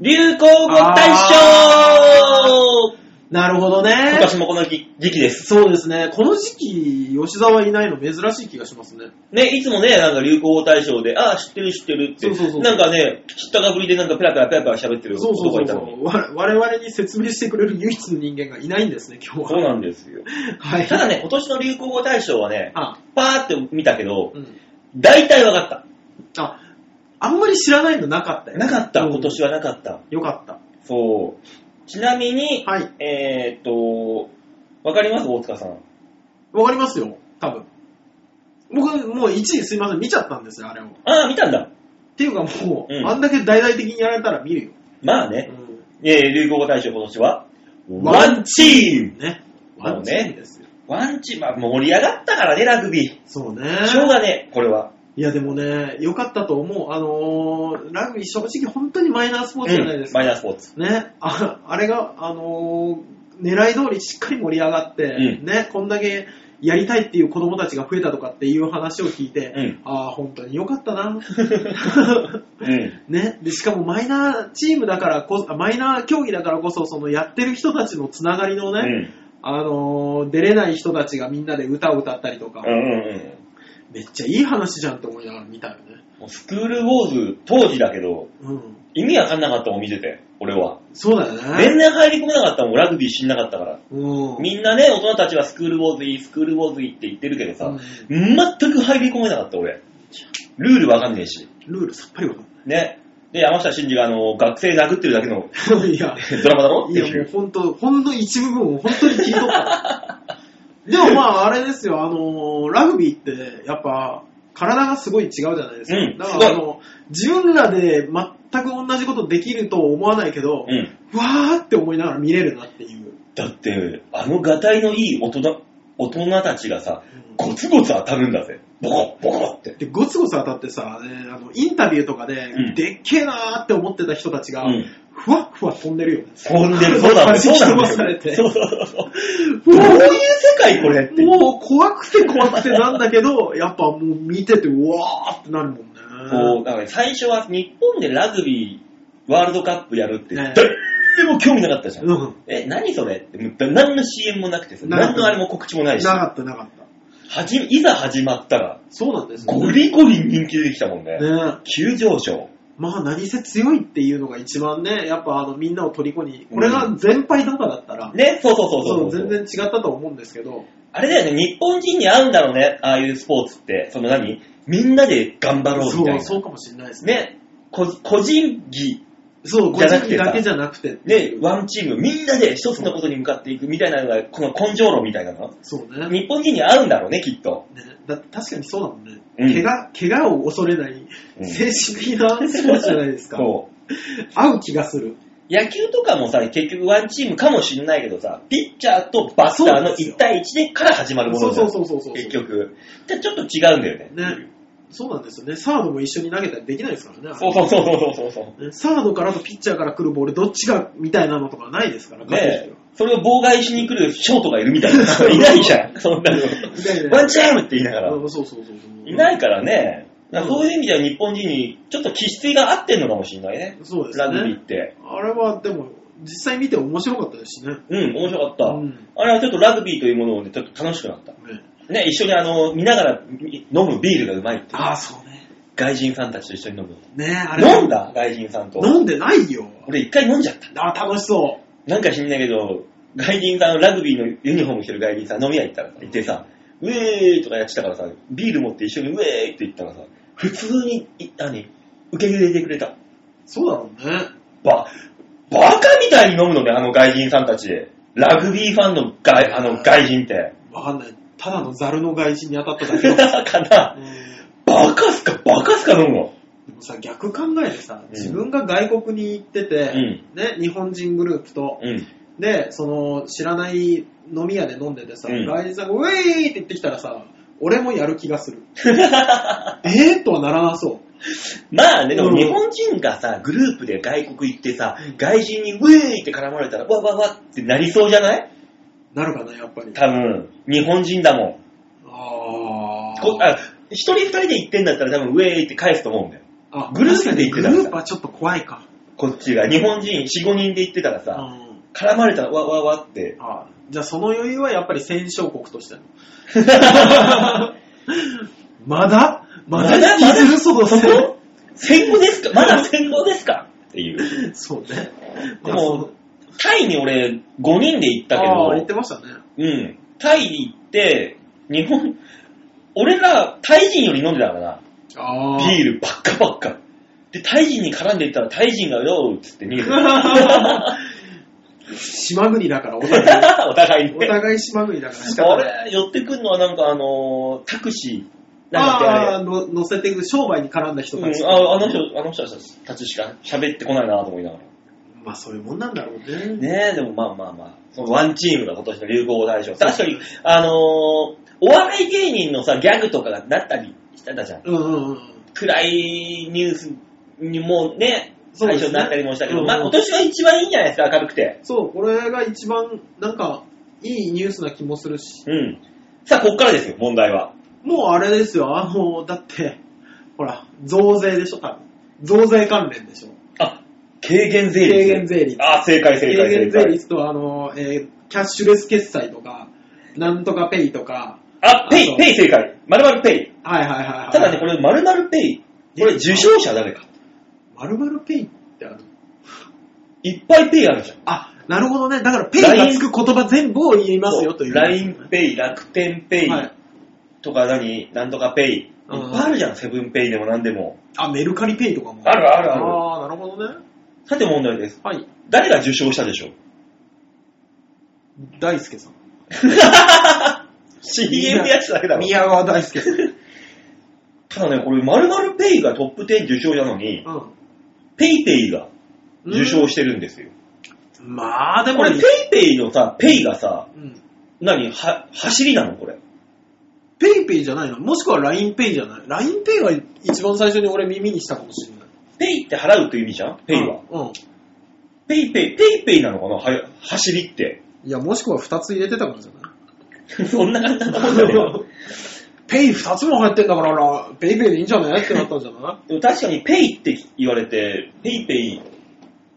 流行語大賞なるほど今ね。年もこの時時期です。そうですね。この時期、吉沢いないの珍しい気がしますね。ね、いつもね、なんか流行語大賞で、ああ、知ってる知ってるって、そうそうそうなんかね、知ったかぶりでなんかペラペラペラペラ喋ってるそうそう男そがういたのそに。う。わ我々に説明してくれる唯一の人間がいないんですね、今日そうは。なんですよ。はい。ただね、今年の流行語大賞はね、あ、パーって見たけど、うん。大体わかった。あ、あんまり知らないのなかったよ。なかった、うん今年はなかった。よかった。そう。ちなみに、はい。えーっと、わかります大塚さん。わかりますよ、多分。僕、もう1位すいません、見ちゃったんですよ、あれを。っああ、見たんだ。ていうかもう、うんあんだけ大々的にやられたら見るよ。まあうね、んえー、流行語大賞今年は、ワワンンチームね。もうねワンチームですよ。ワンチーム、まあ盛り上がったからね、ラグビー。そうね。しょうがねえ、これは。いやでもね、良かったと思う。あのーラグビー正直本当にマイナースポーツじゃないですか。マイナースポーツ。ね。ああれが、あのー狙い通りしっかり盛り上がって、うね、こんだけやりたいっていう子供たちが増えたとかっていう話を聞いて、うんああ、本当に良かった (laughs) な。うん。ね。で、しかもマイナーチームだからこそ、あマイナー競技だからこそ、そのやってる人たちのつながりのうね、ん。あのー出れない人たちがみんなで歌を歌ったりとか、うんうんうん。めっちゃいい話じゃんと思いながら見たよね。もうスクールウォーズ当時だけど、うん。意味わかんなかったもん見てて、俺は。そうだよね。全然入り込めなかったもん、ラグビー知んなかったから。うん。みんなね、大人たちはスクールウォーズいい、スクールウォーズいいって言ってるけどうさん、全く入り込めなかった、俺。ルールわかんねえし。ルールさっぱりわかね。で、山下真司があの、学生殴ってるだけの (laughs) ん (laughs) ない。いや、ドラマだろっいてやいもうう。ほんと、ほんの一部分を本当に聞いとった。 (laughs) でもまあ、あれですよ、あのーラグビーって、やっぱ、体がすごい違うじゃないですか。うんだから、あすの、自分らで全く同じことできると思わないけど、うん。わーって思いながら見れるなっていう。だって、あのガタイのいい大人、大人たちがさ、うんゴツゴツ当たるんだぜ。ボコッボコッって。で、ゴツゴツ当たってさ、ね、あの、インタビューとかで、うんでっけえなーって思ってた人たちが、うんふわっふわ飛んでるよね。飛んでる。 (laughs) そうなんだよ。そうなん弾き飛ばされだてよ。そうそうそう。どううわいう世界これって。もう怖くて怖くてなんだけど、やっぱもう見てて、うわーってなるもんね。こう、だから最初は日本でラグビーワールドカップやるって、ね誰も興味なかったじゃん。うん。え、何それって、もう何の CM もなくてさ、なかった何のあれも告知もないし、なかったなかった。はじいざ始まったら、そうなんですゴね。リゴリ人気出てきたもんね。ね急上昇。まあ何せ強いっていうのが一番ね、やっぱあのみんなを虜に、これが全敗とかだったら、ね、そうそうそうそそううそう全然違ったと思うんですけど、あれだよね、日本人に合うんだろうね、ああいうスポーツって。その何みんなで頑張ろうみたいそう、な。そうかもしれないですね。ね、こ個人技そう、ごじゃな自く身てさだけじゃなくて、で、ワンチーム、みんなで一つのことに向かっていくみたいなのが、この根性論みたいなの。そうね。ね日本人に合うんだろうね、きっと。だ確かにそうだもんね。うん怪我、怪我を恐れない、うん精神的なスポーツじゃないですか。そう。合う気がする。野球とかもさ、結局ワンチームかもしれないけどさ、ピッチャーとバッターの1対1でから始まるもそのうじゃそんう。そうそうそう。結局。でちょっと違うんだよね。ね、そうなんですよね。サードも一緒に投げたりできないですからねあれそうそうそうそうそうそう。ね。サードからとピッチャーから来るボール、どっちがみたいなのとかないですから、ねえ、それを妨害しに来るショートがいるみたいな人いないじゃん、そんなの。いないいないワンチャームって言いながらう。んそうそうそうそう。。いないいからね。だからそういう意味では日本人にちょっと気質が合ってんのかもしれないね。そうですね。ラグビーって。あれはでも、実際見て面白かったですしね。うん、面白かった。うんあれはちょっとラグビーというものをね、ちょっと楽しくなった。ねね、一緒にあの、見ながらみ飲むビールがうまいっていう。ああ、そうね。外人さんたちと一緒に飲む。ねえ、あれ。飲んだ外人さんと。飲んでないよ。俺一回飲んじゃった。ああ、楽しそなんか知んないけど、外人さん、ラグビーのユニフォーム着てる外人さん飲み屋行ったらさ、行ってさ、ウェーイとかやってたからさ、ビール持って一緒にウェーイって言ったらさ、普通に、い何受け入れてくれた。う。そうだろうね。ば、バカみたいに飲むのね、あの外人さんたち。ラグビーファンの外、あの外人って。わかんない。ただのザルの外人に当たっただけ (laughs) だ。かなうんバカすか、バカすか飲むわ。でもさ、逆考えてさん、自分が外国に行ってて、うんね、日本人グループと、うん。で、その、知らない飲み屋で飲んでてさ、うん外人さんが、ウェーイって言ってきたらさ、俺もやる気 (laughs) がする。えーとはならなそう。まあね、でうんも日本人がさ、グループで外国行ってさうん、外人にウェーイって絡まれたら、わわわってなりそうじゃないなるかな、やっぱり。多分、日本人だもん。あこあ一人二人で行ってんだったら多分ウェーイって返すと思うんだよ。あグループで行ってたらグループはちょっと怖いか。こっちが。日本人4、5人で行ってたらうさ、ん絡まれたらわわわって。あじゃあその余裕はやっぱり戦勝国として (laughs) の。まだまだ引きずるそのそこ戦後ですかまだ戦後ですかっていう。そうね。でも、タイに俺5人で行ったけああ、言っど、てましたね。うん。タイに行って、日本、俺らタイ人より飲んでたからな、あビールばっかばっか。で、タイ人に絡んでいったらタイ人がよーっつって逃 (laughs) げて島国だから、お互い。お (laughs) 互いおね。互い島国だから仕方あない。れ、寄ってくんのはなんかあのータクシー、なんあだあ、っの乗せていく、商売に絡んだけ人あたれ、ち。うん、ああの人、あの人たちしか喋ってこないなと思いながら。まあ、そういうもんなんだろうね。ねえ、でもまあまあまあ、そのワンチームが今年の流行語大賞。確かに、あのーお笑い芸人のさ、ギャグとかがなったりしてたじゃん。うんうんうん。暗いニュースにもね、そう最初ですねになったりもしたけど、うんまあ今年が一番いいんじゃないですか、明るくて。そう、これが一番、なんか、いいニュースな気もするし。うん。さあ、こっからですよ、問題は。もうあれですよ、あの、だって、ほら、増税でしょ、多分。増税関連でしょ。あ、軽減税率。軽減税率あ、正解、正解、軽正解。減税率と、あの、えーキャッシュレス決済とか、なんとかペイとか、あ、ペあそイ、うペイ正解。まるまるペはいはいはい、はイ。い。ただね、これ、まるまるペイ。これ、受賞者誰か。まるまるペイってあるいっぱいペイあるじゃん。あ、なるほどね。だから、ペイがつく言葉全部を言いますよという。 LINE ペイ、楽天ペイはい。とか何、なんとかペイ。いっうぱんいあるじゃん、セブンペイでも何でも。あ、メルカリペイとかも。あるあるあるあーなるほどね。さて問題です。はい。誰が受賞したで (laughs) しょう大輔さん。 ?CM やつだけだろ。宮川大輔さん。うん。ただね、これ、まるまるペイがトップ10受賞なのに、ペイペイが (laughs) 受賞してるんですよ。まあ、でこも、れ、ペイペイのさ、ペイがさ、うん何、は、走りなのこれ。ペイペイじゃないのもしくは LINEPay じゃない ?LINEPay は一番最初に俺耳にしたかもしれない。ペイって払うという意味じゃんペイは。うん。うんペイペイ、ペイペイなのかなは走りって。いや、もしくは2つ入れてたからじゃないそんな簡単なことだよ。ペイ2つも入ってんだからな、ペイペイでいいんじゃないってなったんじゃないでも確かにペイって言われて、ペイペイ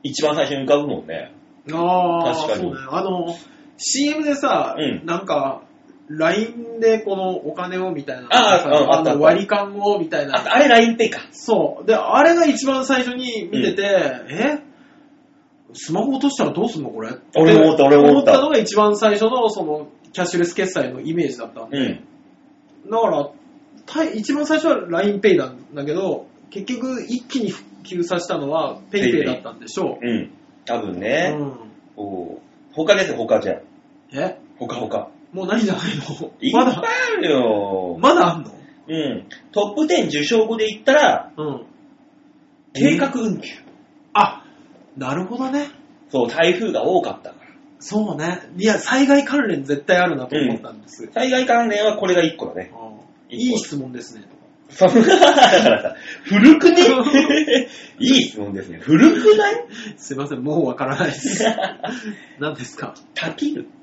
一番最初に浮かぶもんね。ああ、確かにそうね。あの、CM でさ、うんなんか、LINE でこのお金をみたいな。あーうんあったあったの割り勘をみたいあな。あれ LINE ペイか。そう。で、あれが一番最初に見てて、えスマホ落としたらどうすんのこれ俺も思った俺も思ったのが一番最初の、その、キャッシュレス決済のイメージだったんで。うん。だから、た一番最初は LINEPay なんだけど、結局一気に普及させたのは PayPay だったんでしょう。うん。多分うね。ん、おう他ですよ、他じゃん。え他他。もうないんじゃないのいっぱまいだ、あるよ。まだあんのうん。トップ10受賞後で言ったら、うん。計画運休。あ、なるほどね。そう、台風が多かったから。そうね。いや、災害関連絶対あるなと思ったんです。災害関連はこれが1個だね。あーいいいい質問ですね。そんな、 (laughs) だからさ、古くね (laughs) いい質問ですね。古くないすいません、もうわからない (laughs) です。何ですかたきる。 (laughs)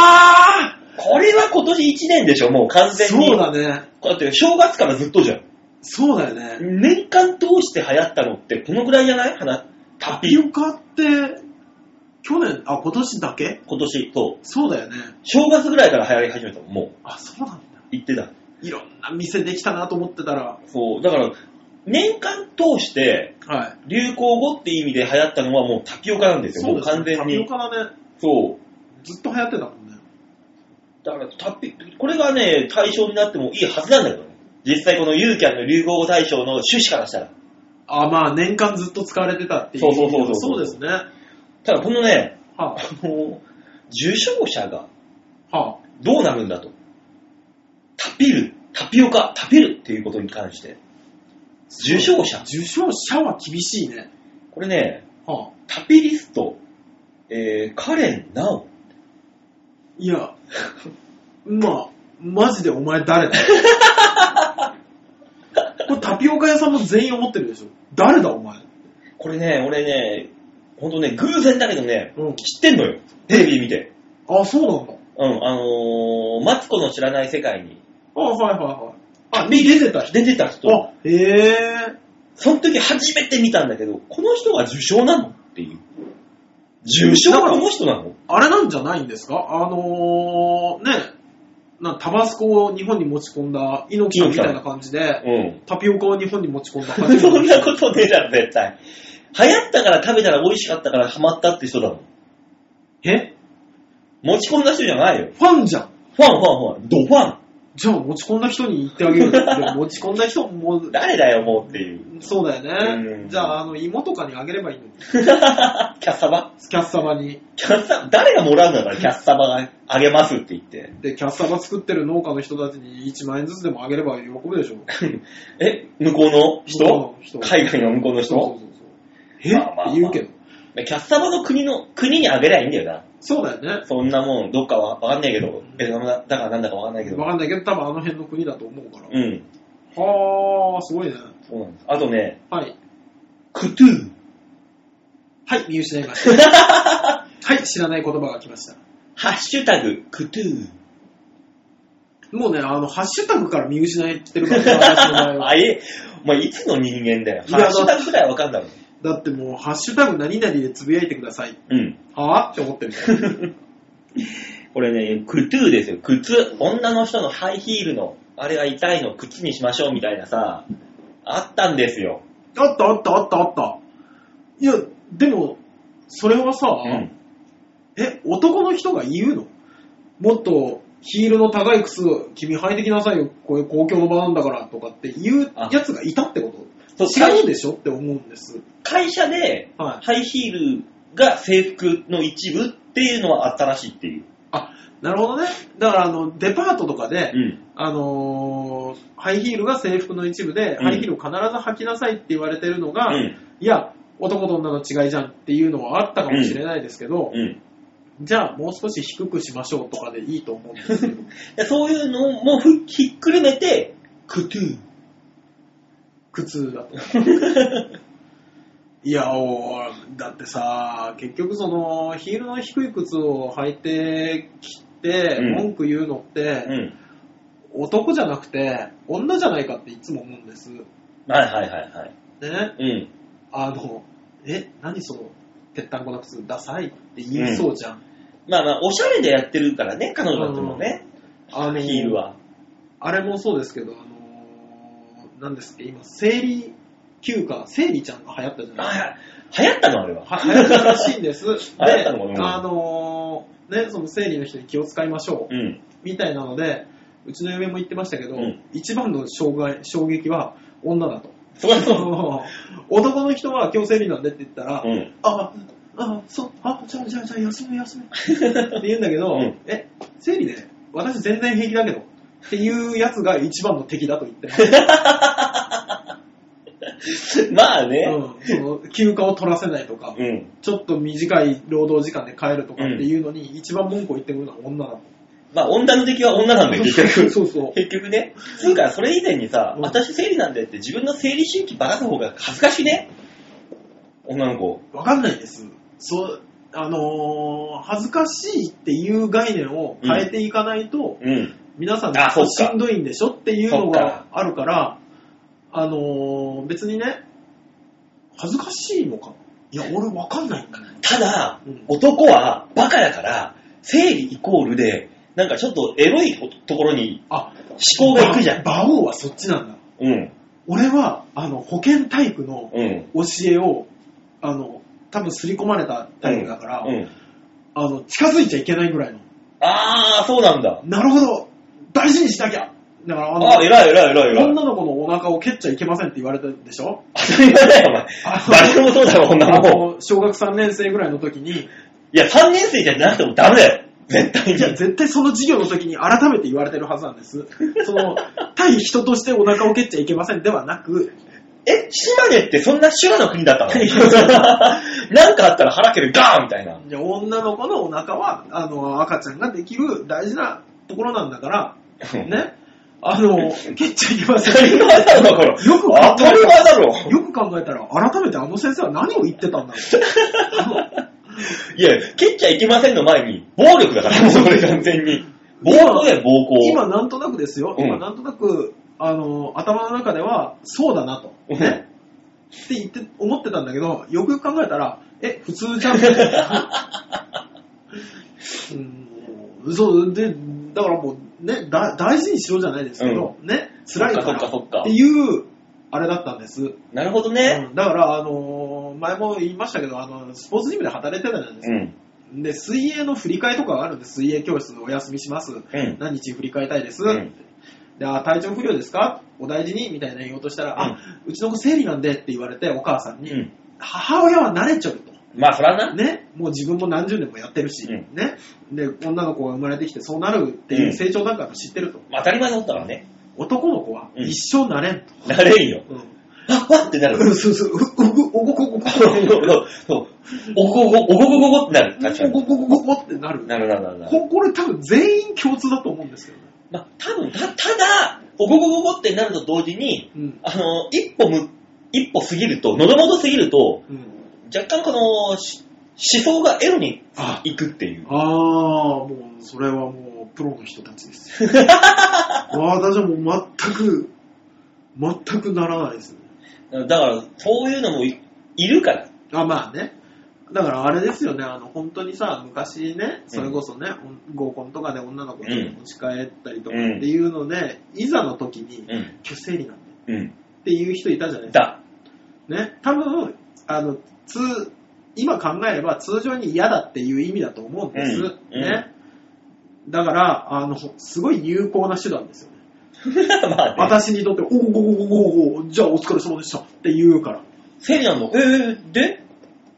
あこれは今年1年でしょ、もう完ー全に。そうだね。だって正月からずっとじゃん。そうだよね。年間通して流行ったのってこのくらいじゃない花タタピピオオカって、去年、あ、今年だけ今年、そう。そうだよね。正月ぐらいから流行り始めたの、もう。あ、そうなんだ。言ってた。いろんな店できたなと思ってたら、そう。だから、年間通してはい。流行語って意味で流行ったのはもうタピオカなんですよ、もう完全タピオに。カだね、そう。ずっと流行ってたもんね。だからタピ、これがね、対象になってもいいはずなんだけどね。実際このユーキャンの流行語大賞の趣旨からしたら。あ、まあ年間ずっと使われてたっていう。そうそうそうそうそうですね。はただこのね、あ、あはの、受賞者があ、どうなるんだと。タピル、タピオカ、タピルっていうことに関して。受賞者受賞者は厳しいね。これね、はあ、タピリスト、えー、カレン・ナオ。い (laughs) や、まあ、マジでお前誰だ (laughs) これタピオカ屋さんも全員思ってるでしょ。誰だお前。これね、俺ね、ほんとね、偶然だけどね、うん。知ってんのよ。テレビで見て。あ、そうなんだ。うん、あのー、マツコの知らない世界にあ、はいはいはい。あ、に出てた人。出てた人。あ、へえ。その時初めて見たんだけど、この人が受賞なのっていう。受賞はこの人なのあれなんじゃないんですかあのー、ね、なタバスコを日本に持ち込んだ猪木さんみたいな感じで、うん。タピオカを日本に持ち込んだ感 (laughs) じそんなことねえだろ、絶対。流行ったから食べたら美味しかったからハマったって人だもん。え持ち込んだ人じゃないよ。ファンじゃん。ファン、ファン、ファン。ドファン。じゃあ持ち込んだ人に言って (laughs) あげるよ。でも持ち込んだ人も、誰だよ、もうっていう。そうだようね。んじゃあ、あの、芋とかにあげればいいのに。キャッサバキャッサバに。キャッサ、誰がもらうんだから、キャッサバがあげますって言って。で、キャッサバ作ってる農家の人たちに1万円ずつでもあげれば喜ぶでしょ。え、向こうの向人こうの人海外の向こうの人そうそうそうそう。え、まあまあまあって言うけど。キャッサバの国の、国にあげりゃいいんだよそうだよな。そんなもん、どっかはわかんないけど、ベトナムだだからなんだかわかんないけね。ど。わかんないけど、多分あの辺の国だと思うから。うん。はー、すごいね。そうなんです。あとね、はい。クトゥはい、見失い (laughs) ました。はい、知らない言葉が来ました。ハッシュタグ、クトゥもうね、あの、ハッシュタグから見失ってるからね、私の場合は (laughs) あ、え、お前いつの人間だよ。いハやッシュタグくらいわかんだろ。だってもう、ハッシュタグ何々でつぶやいてください。うん。はぁって思ってる。これね、クトゥですよ。靴。女の人のハイヒールの、あれが痛いのを靴にしましょうみたいなさ、あったんですよ。あったあったあったあった。いや、でも、それはさ、うん。え、男の人が言うのもっとヒールの高い靴、君履いてきなさいよ、こういう公共の場なんだからとかって言うやつがいたってこそとう違うでしょって思うんです。会社で、はい。ハイヒールが制服の一部っていうのはあったらしいっていう。あ、なるほどね。だから、あの、デパートとかで、うん。あのーハイヒールが制服の一部で、うんハイヒールを必ず履きなさいって言われてるのが、うん。いや、男と女の違いじゃんっていうのはあったかもしれないですけど、うんじゃあもう少し低くしましょうとかでいいと思うんですけど、で。そういうのもふひっくるめて、クトゥー。苦痛だと。いや、おーだってさ、結局その、ヒールの低い靴を履いてきて、うん文句言うのって、うん。男じゃなくて、女じゃないかっていつも思うんです。ね。はいはいはいはい。うん。あの、え、何その、ぺったんこな靴、ダサいって言いそうじゃん。まあまあ、おしゃれでやってるからね、彼女たちもね、あのヒールは。あれもそうですけど、あのー、何ですっけ、今、生理休暇、生理ちゃんが流行ったじゃないですか。あは流行ったのあれは。は流行ったらしい (laughs) んです。で、行ったのかなあのー、ね、その生理の人に気を使いましょう、うん。みたいなので、うちの嫁も言ってましたけど、うん一番の障害衝撃は女だと。そりゃそう。 (laughs) 男の人は今日生理なんでって言ったら、 (laughs) うん。あ、あ、そう、あ、じゃあ、じゃあ、じゃあ、休 (laughs) め、休め。って言うんだけど、うんえ、生理で、私全然平気だけど。っていうやつが一番の敵だと (laughs) 言って、まあね。うん、その休暇を取らせないとか、うん。ちょっと短い労働時間で帰るとかっていうのに、一番文句を言ってくるのは女だまあ、女の敵は女なんだよ、結局。そうそう。結局ね。つうか、それ以前にさ、うん私生理なんだよって自分の生理周期ばらす方が恥ずかしいね。女の子。わかんないです。そう、あのー恥ずかしいっていう概念を変えていかないと、うん。皆さんあそっかしんどいんでしょっていうのそっがかあるから、あのー別にね、恥ずかしいのかいや、俺わかんないんだね。ただ、うん男はバカだから、生理イコールで、なんかちょっとエロいところにあ、思考が行くじゃん。馬王はそっちなんだ。うん。俺は、あの、保健体育のうん。教えを、あの、多分刷り込まれたタイプだから、うん。あの、近づいちゃいけないぐらいの。あー、そうなんだ。なるほど大事にしなきゃだから、あの、あー、偉い偉い偉い偉い。女の子のお腹を蹴っちゃいけませんって言われたでしょ当たり前だよ、お前。あ誰のでもそうだろ、こんなもあん。の、小学3年生ぐらいの時に、 (laughs) いや、3年生じゃなくてもダメだよ。絶対いや、に。絶対その授業の時に改めて言われてるはずなんです。その、対人としてお腹を蹴っちゃいけませんではなく、 (laughs) え、島根ってそんな修羅の国だったの (laughs) なんかあったら腹蹴るガーンみたいな。いや女の子のお腹は、あの、赤ちゃんができる大事なところなんだから、ね、あの、蹴っちゃいけませ当たり (laughs) ん。前だろ、だから。よく当考えたたり前だろ。よく考えたら、改めてあの先生は何を言ってたんだろう。いや、蹴っちゃいけませんの前に、暴力だから、もうそれ完全に。暴行だよ、暴行。今なんとなくですよ、うん今なんとなく、あの、頭の中では、そうだなと。って言って、思ってたんだけど、よくよく考えたら、え、普通じゃんみたいな。うん、そう、で、だからもう、ね、だ大事にしようじゃないですけど、ね、辛いかそっらかそっかっていう、あれだったんです。なるほどね。うんだから、あのー前も言いましたけど、あの、スポーツジムで働いてたじゃないですうか。ん。で、水泳の振り替えとかがあるんで、水泳教室お休みします。うん。何日振り替えたいです。うんで、あ、体調不良ですかお大事にみたいな言おうとしたら、うんあ、うちの子生理なんでって言われて、お母さんに、うん。母親は慣れちゃうと。まあ、そらな。ね、もう自分も何十年もやってるし、うんね、で、女の子が生まれてきてそうなるっていう成長段階も知ってると。まあ当たり前のことだからね。男の子はうん一生慣れんと。なれんよ。うん。あ、わってなる。 (laughs) うん、そうそう、う、う、う、おごこごこ。そうおごご、おごごごごってなる。確かゴに。ゴゴゴゴってなる。なるなるなるなる。ここれ多分全員共通だと思うんですけどね。まあ、多分た、ただ、おごごごごってなると同時に、うん。あの、一歩む、一歩過ぎると、喉元過ぎると、うん。若干この、し思想がエロにあ行くっていう。ああ、もう、それはもう、プロの人たち (laughs) ですよ。私はもう全く、全くならないですね。だから、そういうのもいいるから。あ、まあね。だからあれですよね、あの、本当にさ、昔ね、それこそね、お合コンとかで女の子に持ち帰ったりとかっていうので、いざの時に、うん。虚勢になってうん。っていう人いたじゃないですかだ。 (laughs) ね、多分あの通今考えれば通常に嫌だっていう意味だと思うんです、うんうんね、だからあのすごい有効な手段ですよね、まあね。私にとって「おおおおおおじゃあお疲れ様でした」って言うからセリアの、えー、で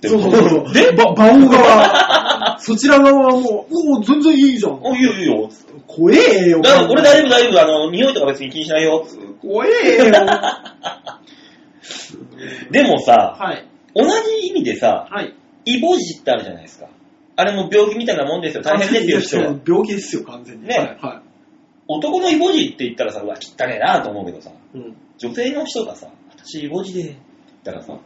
そうそうそうでば馬王側そちら側はもう「おお全然いいじゃんお、いいよいいよ。怖えよだから俺大丈夫大丈夫、あの、匂いとか別に気にしないよ。怖えよでもさ、はい同じ意味でさ、はいイボジってあるじゃないですか。あれも病気みたいなもんですよ。大変ですよ、人は。病気ですよ完全にねはい、は男のイボジって言ったらさ、うわ、汚ねえなと思うけどさ、いうん女性の人がさ、私イボジで、って言ったらさ、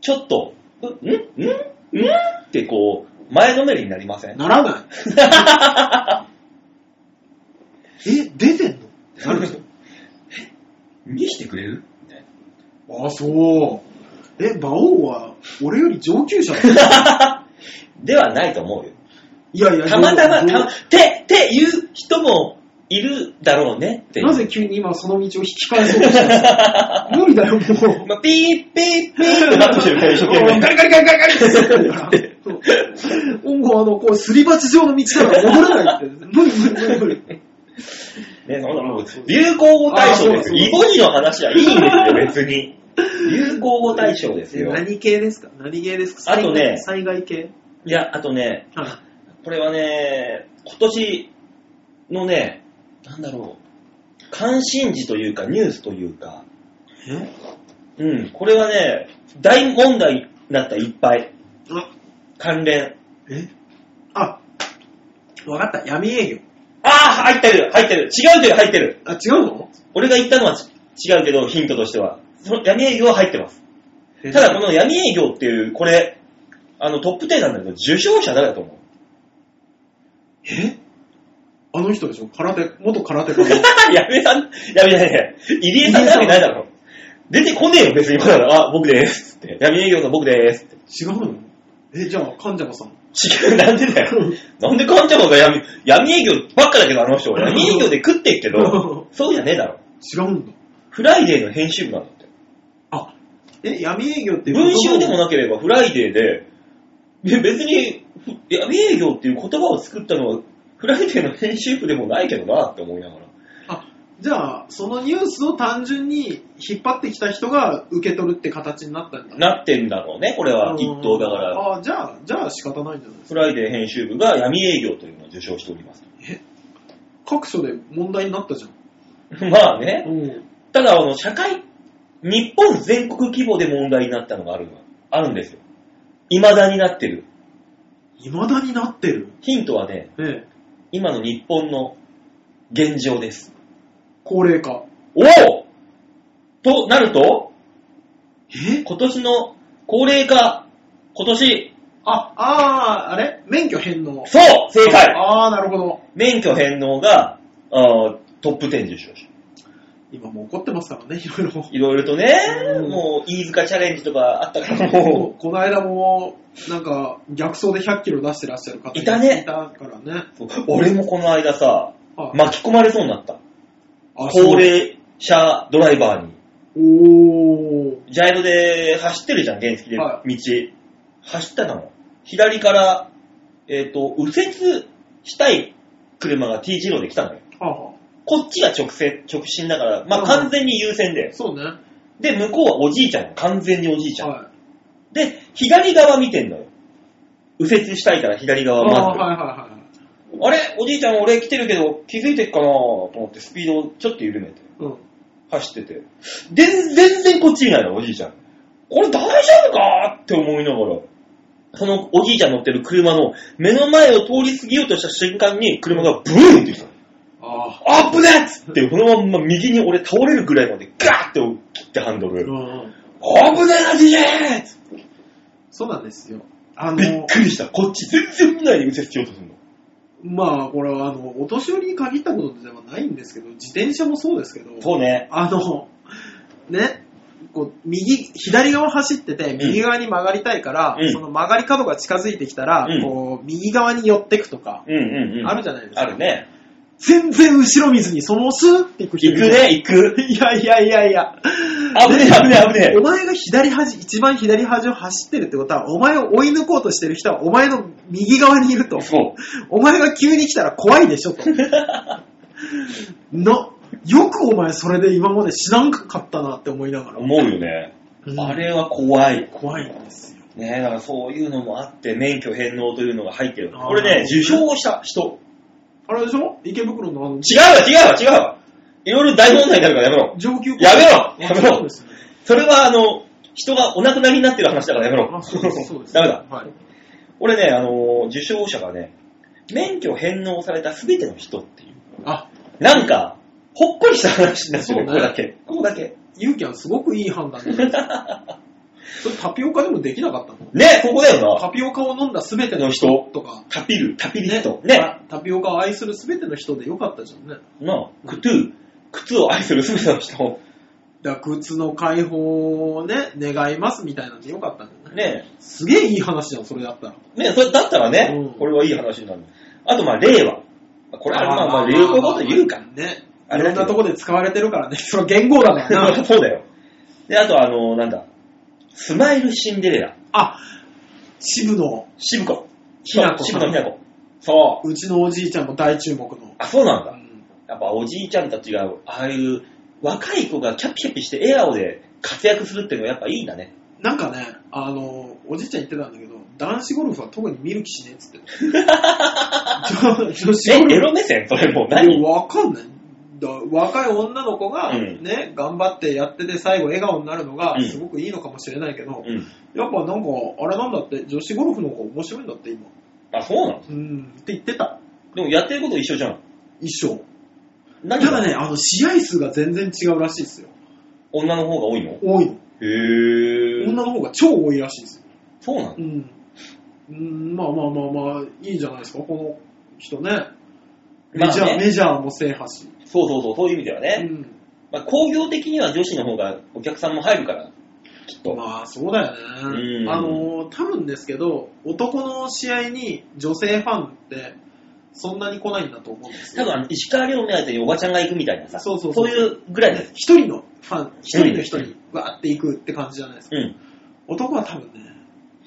ちょっと、うんんんんってこう、前のめりになりませんならない。 (laughs) え、出てんのなるでし (laughs) 見してくれるょあ、そう。え、馬王は俺より上級者だではないと思うよ。 (laughs) いやいや、たまたま、どうたま、て、ていう人もいるだろうねっていう。なぜ急に今その道を引き返そうとしたんですか無理だよ、もう。まあ、ピーピーピーってなって (laughs) るから一生懸もう命ガ。リガリガリガリガリってやってるからそうもうあの、こう、すり鉢状の道から戻れないって。無理無理無理無理。ね、そんなもう流行語大賞ですよ。あそうそうイボジの話はいいんですよ、別 (laughs) に。流行語大賞ですよ。何系ですか何系ですかあとね災害災害系いや、あとね、はいこれはね、今年のね、なんだろう、関心事というか、ニュースというか、えうん、これはね、大問題になった、いっぱい。あ関連。えあ、わかった。闇営業。ああ、入ってる、入ってる。違うけど入ってる。あ、違うの俺が言ったのは違うけど、ヒントとしては。その闇営業は入ってます。ただ、この闇営業っていう、これ、あの、トップ10なんだけど、受賞者誰だと (laughs) 思うえあの人でしょ空手、元空手 (laughs) 家の。やめさん、やめやめやめ。入江さんなわけないだろ。出てこねえよ、別に。まだ、あ、僕でーす。って。闇営業の僕でーす。って違うのえ、じゃあ、患者がさ (laughs) ん。違う、なんでだよ。なんで患者もが闇、闇営業ばっかだけど、あ (laughs) の人。闇営業で食ってっけど、 (laughs) そうじゃねえだろ。違うんだ。フライデーの編集部なんだって。あ、え、闇営業って文集でもななければフライデーで、で別にふ闇営業っていう言葉を作ったのはフライデーの編集部でもないけどなって思いながら。あ、じゃあ、そのニュースを単純に引っ張ってきた人が受け取るって形になったんだ。なってんだろうね、これはうん一等だから。あ、じゃあ、じゃあ仕方ないんじゃないですフライデー編集部が闇営業というのを受賞しております。か。各所で問題になったじゃん。まあね、うん。ただあの、社会、日本全国規模で問題になったのがあるのあるんですよ。未だになってる。未だになってる。ヒントはね、ね今の日本の現状です。高齢化。おおとなると、え今年の高齢化、今年、あ、あー、あれ免許返納。そう正解あー、なるほど。免許返納があートップ10受賞者。い今もう怒ってますからね、いろいろ。いろいろとね、うんもう、飯塚チャレンジとかあった (laughs) からもこの間も、なんか、逆走で100キロ出してらっしゃる方いたねいたからね。う、そう俺もこの間さ、はい巻き込まれそうになった。あそう高齢者ドライバーに。おー。ジャイロで走ってるじゃん、原付で、は道。走ったの。左から、えっ、と、右折したい車が T 字路で来たのよ。はあはこっちが直線、直進だから、まあうん完全に優先あで。そうね。はで、向こうはおじいちゃんよ完全におじいちゃん。い。で、左側見てんのよ。右折したいから左あ側あ待ってる。はいはいはい。あれおじいちゃん俺来てるけど気づいてっかなと思ってスピードをちょっと緩めてうん。走ってて。で、全然こっちいないの、おじいちゃん。これ大丈夫かって思いながら。そのおじいちゃん乗ってる車の目の前を通り過ぎようとした瞬間に車がブーンって来たの。ああ。あぶねっつって、このまんま右に俺倒れるぐらいまでガーって切ってハンドうル。んうん。あぶねえな、じじーっつってそうなんですよ。あびっ (laughs) の、くりした。こっち全然見ないで右折しようとするの。まあ、これは、あの、お年寄りに限ったことではないんですけど、自転車もそうですけど、そうね。あの、ね、こう右、左側走ってて、右側に曲がりたいから、うんその曲がり角が近づいてきたら、うんこう、右側に寄ってくとか、うんうんうん。あるじゃないですか。あるね。全然後ろ水にそのスーって行く人い行るくね、行く。いやいやいやいや。危ねえ、危ねえ、危ねお前が左端、一番左端を走ってるってことは、お前を追い抜こうとしてる人は、お前の右側にいるとえ。。そう。 (laughs) お前が急に来たら怖いで (laughs) しょと。の、よくお前それで今まで知らんかったなって思いながら。思うよね。うんあれは怖い。怖いんですよ。ねえ、だからそういうのもあって、免許返納というのが入ってる。あーこれね、受賞した人。あれでしょ池袋のあの、違うわ、違うわ、違うわ。いろいろ大問題になるからやめろ。上級やめろやめろそうですねそれは、あの、人がお亡くなりになってる話だからやめろあ、。そうです。そうで (laughs) すダメだ。はい。俺ね、あのー受賞者がね、免許返納された全ての人っていう。あ、なんか、ほっこりした話になってそうる、ねここだけ。ここだけ。ゆうきゃんすごくいい判断だ (laughs) それタピオカでもできなかったのね、ここだよな。タピオカを飲んだすべてのの人人とか、タピル、タピリスト。ね。あタピオカを愛するすべての人でよかったじゃんね。の、クトゥ、靴を愛する全ての人。だから靴の解放をね、願いますみたいなんでよかったんだよね。ね。すげえいい話じゃん、それだったら。ね、それだったらね、うんこれはいい話になる。あと、まあ、令和。これは、まあ、まあ、流行語というか。ね。あいれだろけどんなとこで使われてるからね。その言語だか (laughs) らな。そうだよ。で、あと、あの、なんだ。スマイルシンデレラ。あ、渋野、渋子。ひなこ渋野ひなこ。そう。うちのおじいちゃんも大注目の。あ、そうなんうだ。んやっぱおじいちゃんたちが、ああいう若い子がキャピキャピして笑顔で活躍するっていうのはやっぱいいんだね。なんかね、あの、おじいちゃん言ってたんだけど、男子ゴルフは特に見る気しねえ (laughs) っつってた。女子ゴルフえ、エロ目線それもうい何やわかんない。だ若い女の子がうんね、頑張ってやってて最後笑顔になるのがうんすごくいいのかもしれないけど、うん。やっぱなんか、あれなんだって、女子ゴルフの方が面白いんだって今。あ、そうなのうん、って言ってた。でもやってること一緒じゃん。一生。た何がだね、あの、試合数が全然違うらしいですよ。女の方が多いのへ多いの。ぇ女の方が超多いらしいですよ。そうなのうん。うん、まあまあまあまあ、いいじゃないですか、この人ね。メジャー、まあねメジャーも制覇し。そうそうそう、そういう意味ではうね。ん。まあ、工業的には女子の方がお客さんも入るから、きっと。まあそうだようね、んあの多分ですけど男の試合に女性ファンってそんなに来ないんだと思うんです多よ分あの、石川遼のやつにおばちゃんが行くみたいなさ、そうそうそういうぐらいです。一人のファン一人の人にわーっていくって感じじゃないですか、うん。男は多分ね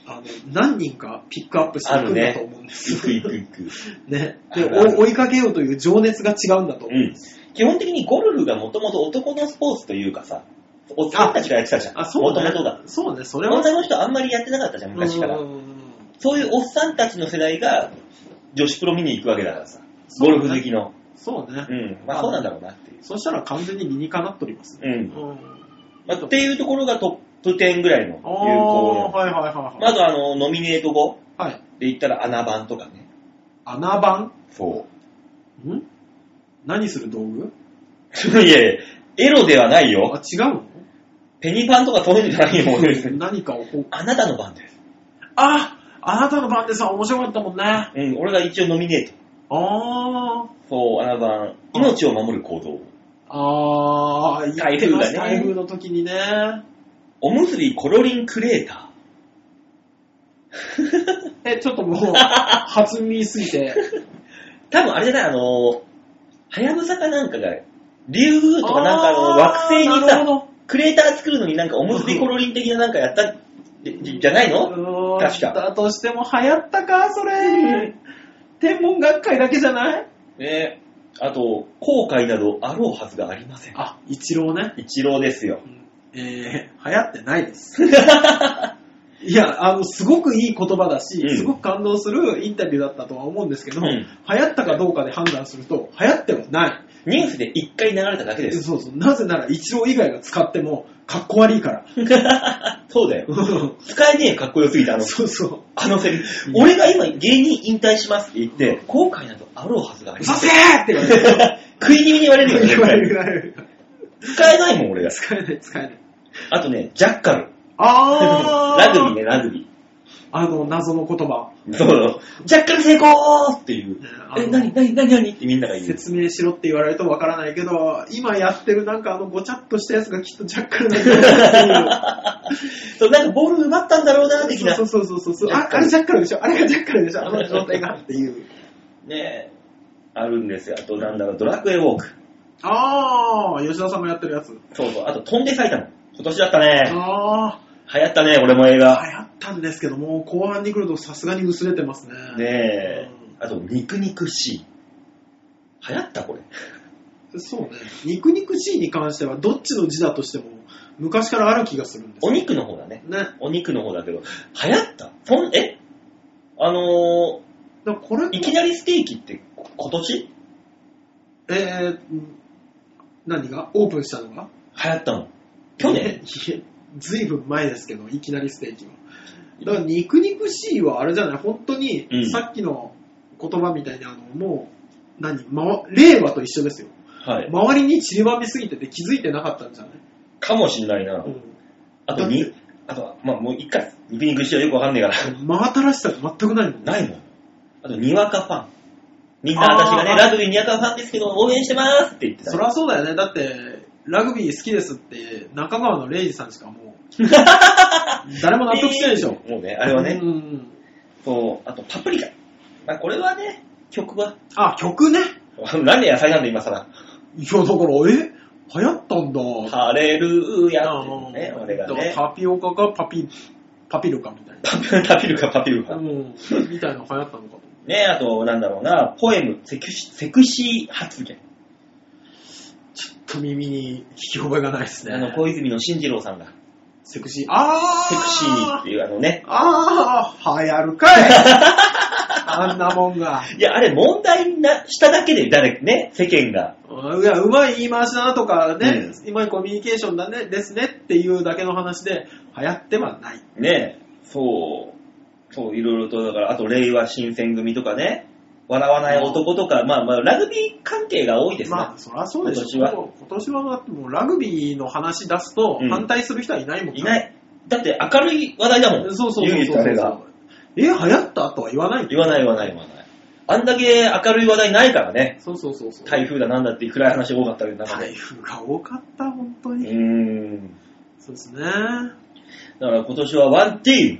あの何人かピックアップしていくんだと思うんです行よく行く行く。 (laughs) ねあでるあるお追いかけようという情熱が違うんだと思ううんんです、基本的にゴルフがもともと男のスポーツというかさ、おっさんたちがやってたじゃん。あそうもねともとだ。そうねそれは女の人あんまりやってなかったじゃん、昔からう。んそういうおっさんたちの世代が女子プロ見に行くわけだからさ、ゴルフ好きの。そうね、うん。まあそうなんだろうなっていう。そしたら完全に理にかなっておりますね、うん。うんまあ、っていうところがトップ10ぐらいの有あ効あはいはいはいはいの。まずあの、ノミネート後はい。で言ったら穴番とかね。穴番そん何する道具う。 (laughs) いやいや、エロではないよ。あ、違うペニパンとかそういうんじゃないよ、俺別 (laughs) のに何かをこう。あなたの番です。ああなたの番でさ、面白かったもんね。あうん、俺が一応ノミネート。あー。そう、穴番、命を守る行動。あー、やってまし台風たがね台風の時 (laughs) にね。おむすびコロリンクレーター。え、ちょっとも (laughs) う、弾みすぎて。多分あれじゃない、あの、はやぶさかなんかが、竜宮とかなんかあの惑星になるさ、ほクレーター作るのになんかおむすびコロリン的ななんかやったじじゃないのど。うーん確かだとしても流行ったか、それ。天文学会だけじゃないねあと、後悔などあろうはずがありません。あ、一郎ね。一郎ですよ。えー、流行ってな (laughs) いです。いや、あの、すごくいい言葉だし、うんすごく感動するインタビューだったとは思うんですけど、うん流行ったかどうかで判断すると、流行ってはない。ニュースで一回流れただけです。そうそう。なぜなら、一郎以外が使っても、かっこ悪いから。そうだよ。使えねえよかっこよすぎて、あの、そうそう。あのセリフ。俺が今芸人引退しますって言って、後悔などあろうはずがありま嘘せん。せーって言われる。 (laughs) 食い気味に言われるよね、言絶われる対。言われる。使えないもん、俺が。使えない、使えない。あとね、ジャッカル。あラー。グビーね、ラグビあの、謎の言葉。ー。そうそう。ジャッカル成功っていう。あのえ、なになになになにってみんなが言う。説明しろって言われるとわからないけど、今やってるなんかあのごちゃっとしたやつがきっとジャッカルなんだろうなっていうそう、なんかボール奪ったんだろう (laughs) な、的なそ。うそうそうそうそうジャッあ。カルあれジャッカルでしょあれがジャッカルでしょあの状態がっていう。ねえ。あるんですよ。あと、なんだろう、ドラクエウォーク。あー、吉田さんもやってるやつ。そうそう。あと、飛んで埼玉。今年だったね。あ流行ったね、俺も映ー、画。流行ったんですけども、後半に来るとさすがに薄れてますね。ねえ。あと、肉肉しい。流行ったこれ。そうね。肉肉しいに関しては、どっちの字だとしても、昔からある気がするんですおよ肉の方だね。ね。お肉の方だけど。流行ったそん、えあのだからこれもー、いきなりステーキってこ今年流えー、うん何がオープンしたのが行ったの。去年 (laughs) いえずいぶん前ですけど、いきなりステーキは。だから肉肉しいはあれじゃない、本当にうんさっきの言葉みたいに、あの、もう、何、まわ、令和と一緒ですよ。はい。周りに散りばめすぎてて気づいてなかったんじゃない、かもしんないなう。んあと、だに、あとは、まあもう一回、肉肉しいはよくわかんねえから。真新しさが全くないもんね。ないもん。あと、にわかファン。みんな私がね、あーラグビーにわかファンですけど、応援してますって言ってた。そりゃそうだよね。だって、ラグビー好きですって、中川のレイジさんしかも (laughs) う、誰も納得してないでしょ。もうね、あれはねう、んそう、あと、パプリカ。まあ、これはね、曲は。あ、曲ね。 (laughs) なんで野菜なんで今更。いや、だから、え流行ったんだ。ハレルーヤあってね、の俺がだね。からタピオカかパピ、パピルカみたいパピパピルかパピルな。か。うん。みたいなの流行ったのかと。ねあと、なんだろうな、ポエム、セクシセクシー発言。ちょっと耳に聞き覚えがないですね。あの、小泉の進次郎さんが、セクシー。あセークシーっていうあのね。あー、流行 (laughs) るかいあんなもんが。いや、あれ問題になしただけで、誰、ね、世間が。うんいや、うまい言い回しだなとかね、ううまいコミュニケーションだね、ですねっていうだけの話で、流行ってはない。ねそう、そう、いろいろと、だから、あと、令和新選組とかね、笑わない男とか、まあまあ、ラグビー関係が多いですまなあ、。そりゃそうでしょ。今年はもう今年はだってもうラグビーの話出すとうん反対する人はいないもんいない。だって、明るい話題だもん。そうそうそうそう唯一あれが。え、流行ったとは言わない言わない言わない言わない。あんだけ明るい話題ないからね。そうそうそうそう。台風だなんだっていう暗い話多かったけど、中で台風が多かった、本当うに。ーん。そうですね。だから今年はワンティーム、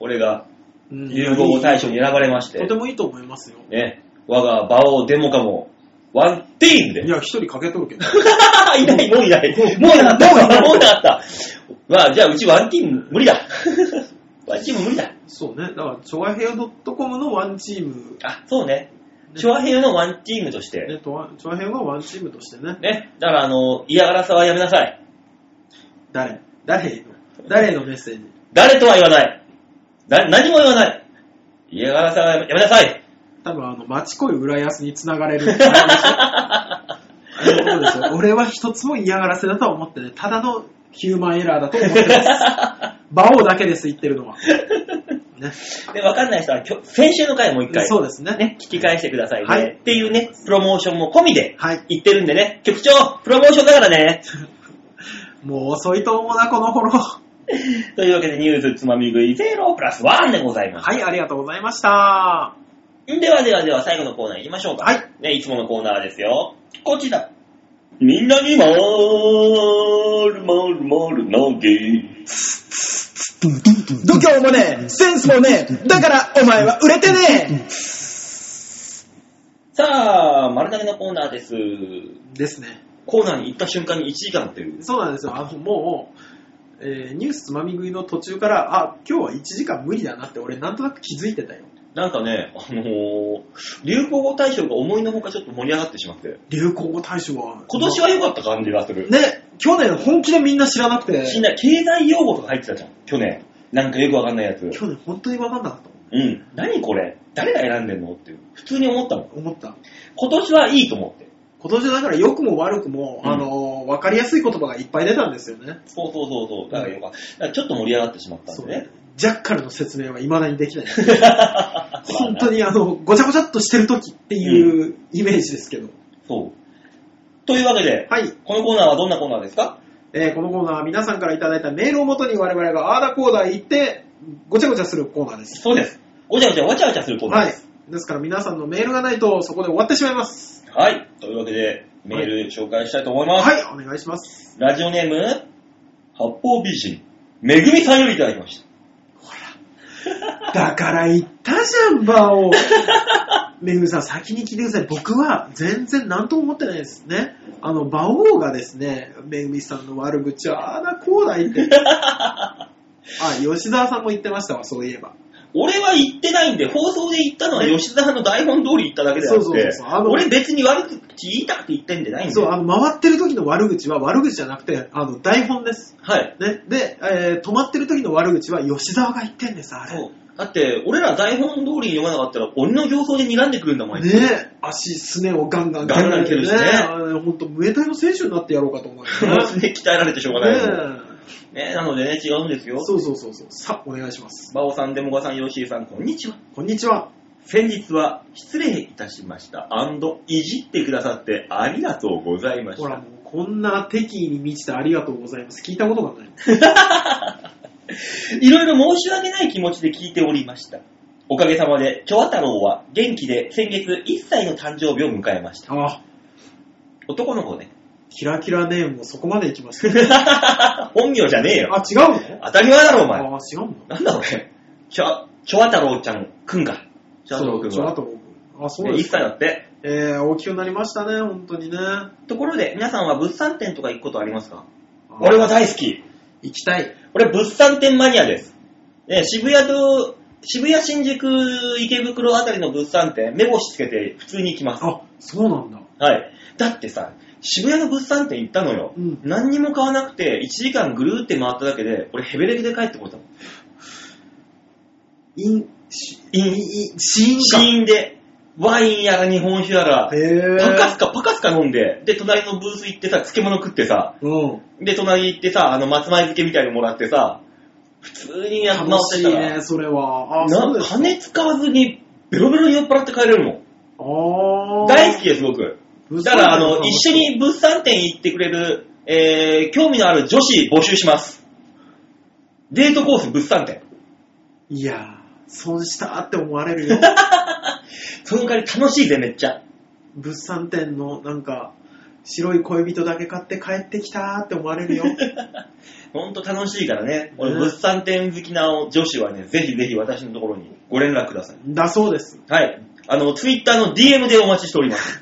俺がうん流行語大賞に選ばれましとてて、もいいと思いますよ。ね、我が馬王デモカも、ワンティームでい、や、一人かけとるけ (laughs) ど。あいない、もういない。もういなかった、もういなかった。まあ、じゃあ、うちワンチーム無理だ。 (laughs) ワンチーム無理だ。そうね。だから、チョアヘヨ .com のワンチーム、あ、そうね。昭和平のワンチームとして。ね、とわチョアヘヨがワンチームとしてね、ね。だから、あの、嫌がらせはやめなさい。誰誰への、誰へのメッセージ誰とは言わない。だ何も言わない。嫌がらせはやめやめなさい。多分、あの、町恋浦安に繋がれる。あれでしょあれのことですよ俺は一つも嫌がらせだとは思ってね、ただのヒューマンエラーだと思ってます。馬王だけです、言ってるのは。ね、で、わかんない人は、きょ先週の回もう一回、そうですね。ね、聞き返してくださいね。はいっていうね、プロモーションも込みで、はい。言ってるんでね。局長、プロモーションだからね。 (laughs) もう遅いと思うな、この頃。はというわけで、ニュースつまみ食い0プラス1でございます。い、ありがとうございました。ではではでは最後のコーナー行きましょうか。はい。ね、いつものコーナーですよ。こちら。みんなにまーるまーるまーる投げ。度胸もねえ、センスもねえ、だからお前は売れてねさあ、丸投げのコーナーです。ですね。コーナーに行った瞬間に1時間っていう。そうなんですよ。あの、もう、えーニュースつまみ食いの途中から、あ、今日は1時間無理だなって俺なんとなく気づいてたよ。なんかね、あのー、流行語大賞が思いのほかちょっと盛り上がってしまって。流行語大賞は。今年は良かった感じがする。ね、去年本気でみんな知らなくて、みんな経済用語とか入ってたじゃん、去年。なんかよくわかんないやつ。去年本当に分かんなかったもんうん。何これ誰が選んでんのっていう。普通に思ったもん。思った。今年はいいと思って。今年はだから良くも悪くも、うんあの、分かりやすい言葉がいっぱい出たんですよね。そうそうそうそう。だからよかった。だからちょっと盛り上がってしまったんでね。ジャッカルの説明は未だにできない。 (laughs) そうだ本ね当にあの、ごちゃごちゃっとしてる時っていうイメージですけど。そう。というわけで、はい。このコーナーはどんなコーナーですかえーこのコーナーは皆さんからいただいたメールをもとに我々がアーダコーダー行って、ごちゃごちゃするコーナーです。そうです。ごちゃごちゃわちゃわちゃするコーナーはでいす。。ですから皆さんのメールがないとそこで終わってしまいます。はい。というわけで、メール紹介したいと思います。はい、お願いします。ラジオネーム、八方美人、めぐみさんよりいただきました。だから言ったじゃん、バオ。めぐみさん、先に聞いてください。僕は全然何とも思ってないですね。あの、馬王がですね、めぐみさんの悪口はあーだこうだ (laughs) 言って。あ、吉沢さんも言ってましたわ、そういえば。俺は言ってないんで、放送で言ったのは吉沢の台本通り言っただけであって、そうそうそうあの俺別に悪口言いたくて言ってんじゃないんで。そう、あの、回ってる時の悪口は悪口じゃなくて、あの、台本です。はい。ね、で、えー止まってる時の悪口は吉沢が言ってんです、あれ。そねう。だって、俺ら台本通りに読まなかったら、鬼の形相で睨んでくるんだもん、あいつ (laughs) え、足、すねをガンガンガンガン蹴るしね本当、ムエタイの選手になってやろうかと思うよそのうちね鍛えられてしょうがないもん。ねね、なのでね、違うんですよえ。そうそうそうそう。さあ、お願いします。バオさん、デモガさん、ヨッシーさん、こんにちは。こんにちは。先日は失礼いたしました。アンド、いじってくださってありがとうございましほら、た。もうこんな敵意に満ちてありがとうございます。聞いたことがない。 (laughs) いろいろ申し訳ない気持ちで聞いておりました。おかげさまで、チョア太郎は元気で先月1歳の誕生日を迎えました。ああ、男の子ね。キラキラネームもそこまで行きま (laughs) した。本名じゃねえよ。あ、違うの当たり前だろ、おあ前。あ、違うのなんだろうね。チョ、チョア太郎ちゃんくんが。チョア太郎くんそうちょはっ。とあ、そう1ですか。歳だって。えー、大きくなりましたね、本当にね。ところで、皆さんは物産展とか行くことありますか俺は大好き。行きたい。俺、物産展マニアです。ね、渋谷と、渋谷、新宿、池袋あたりの物産展、目星つけて普通に行きます。あ、そうなんだ。はい。だってさ、渋谷の物産展行ったのよ。うん何にも買わなくて、1時間ぐるーって回っただけで、俺、ヘベレキで帰ってこいたもん。イン、しインイン、シーンか。死因で、ワインやら日本酒やら、へパカースカパカスカ飲んで、で、隣のブース行ってさ、漬物食ってさ、うん。で、隣行ってさ、あの、松前漬けみたいのもらってさ、普通にやって回楽ってしいたら、ね、それは。あ、そうなです。金使わずにベロベロに酔っ払って帰れるもあーん。大好きです、僕。物だ産か展ら、あの、楽し一そ緒うに物産展行ってくれる、えー、興味のある女子募集します。デートコース物産展。いやー、損したって思われ (laughs) るよ。その代わり楽しいぜ、めっちゃ。物産展の、なんか、白い恋人だけ買って帰ってきたーって思わ (laughs) れるよ。ほんと楽しいからね。俺、ね物産展好きな女子はね、ぜひぜひ私のところにご連絡ください。だそうです。はい。あの、ツイッターの DM でお待ちしております。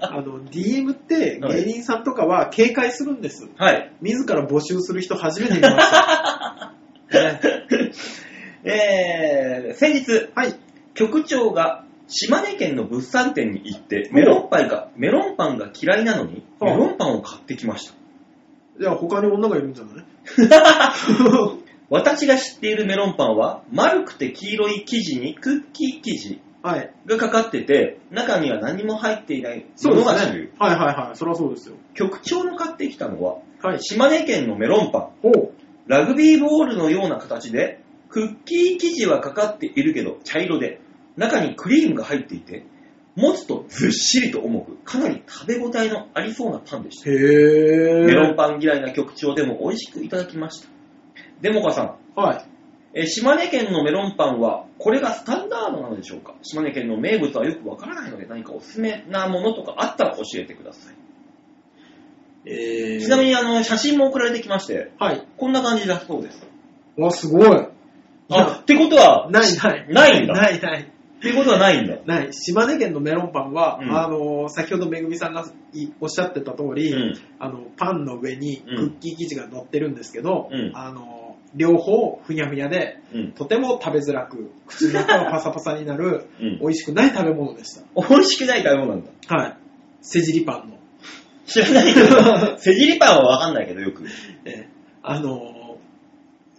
あの、DM って芸人さんとかは警戒するんです。はい。自ら募集する人初めて見ま (laughs) した。ね (laughs) えー、先日、はい。局長が島根県の物産展に行ってメロンパンが、メロンパンが嫌いなのに、うんメロンパンを買ってきました。じゃあ他に女がいるんじゃない (laughs) 私が知っているメロンパンは、丸くて黄色い生地にクッキー生地はい。がかかってて、中には何も入っていないそもうでのすねが主流。。はいはいはい。それはそうですよ。局長の買ってきたのは、はい。島根県のメロンパン。おう。ラグビーボールのような形で、クッキー生地はかかっているけど、茶色で、中にクリームが入っていて、持つとずっしりと重く、かなり食べ応えのありそうなパンでした。へぇー。メロンパン嫌いな局長でも美味しくいただきました。デモカさん、はい。えー島根県のメロンパンは、これがスタンダードなのでしょうか島根県の名物はよくわからないので、何かおすすめなものとかあったら教えてください。えーちなみに、あの、写真も送られてきまして、はい。こんな感じだそうです。わ、すごい。あ、ってことは、ないない。ないんだないない。ってことはないんだ。ない。島根県のメロンパンは、うんあのー先ほどめぐみさんがいおっしゃってた通り、うんあの、パンの上にクうんッキー生地が乗ってるんですけど、うんあのー両方ふにゃふにゃで、うん。とても食べづらく、口の中がパサパサになる、うん美味しくない食べ物でし美味しくない食べ物なんだ。た。はい。せじりパンの。知らないけ (laughs) ど、せじりパンはわかんないけど、よく。えーあのー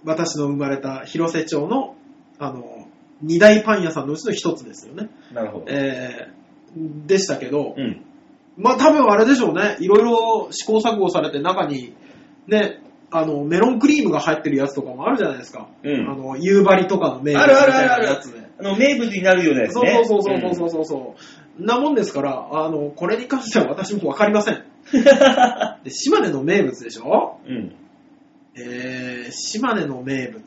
私の生まれた広瀬町の、あのー二大パン屋さんのうちの一つですよね。なるほど。えーでしたけど、うん。まあ多分あれでしょうね。いろいろ試行錯誤されて中に、ね、あの、メロンクリームが入ってるやつとかもあるじゃないですか。うんあの、夕張とかの名物あるあるあるあるみたいなやつね。あの、名物になるようなやつそうね。そうそうそうそうそうそう。なもんですから、あの、これに関しては私もわかりません。で、島根の名物でしょうん。うん。えー、島根の名物。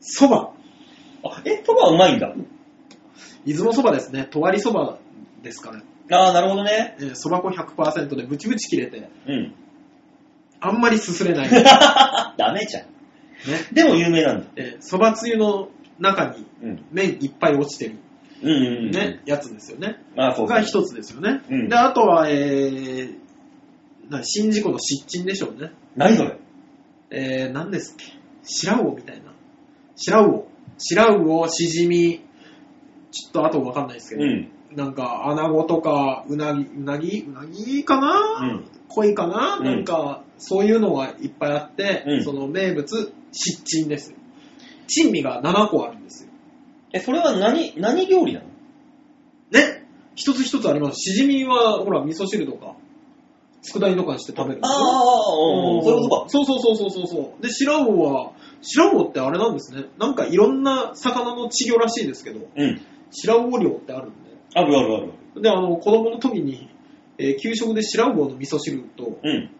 蕎麦。あ、え、そばはうまいんだ。出雲蕎麦ですね。とわり蕎麦ですかね。ああ、なるほどね。えー蕎麦粉100%でブチブチ切れて、うん。 (laughs) あんまりすすれない。ダメじゃん。ねでも有名なんだ。えーそばつゆの中にうん。麺いっぱい落ちてる、うんうんうん。ね。やつですよね。まあ、そうがか。一つですよね。うんで、あとは、えー、な宍道湖の湿疹でしょうね。何それえー、何ですっけ白魚みたいな。白魚。白魚、しじみ、ちょっとあとわかんないですけうど、ん。なんか、アナゴとか、うなぎ、うなぎうなぎかな、うん。鯉かな、うんなんか、そういうのがいっぱいあって、うんその名物、湿疹ですよ。珍味が7個あるんですよ。え、それは何、何料理なのね、一つ一つあります。しじみは、ほら、味噌汁とか、佃煮とかにして食べるんですよ。あ、うんそういうことか。そうそうそうそうそうそう。で、白魚は、白魚ってあれなんですね。なんかいろんな魚の稚魚らしいですけど、うん。白魚漁ってあるんあるあるある。で。で、あの、子供の時に、えー給食で白魚の味噌汁と、うん。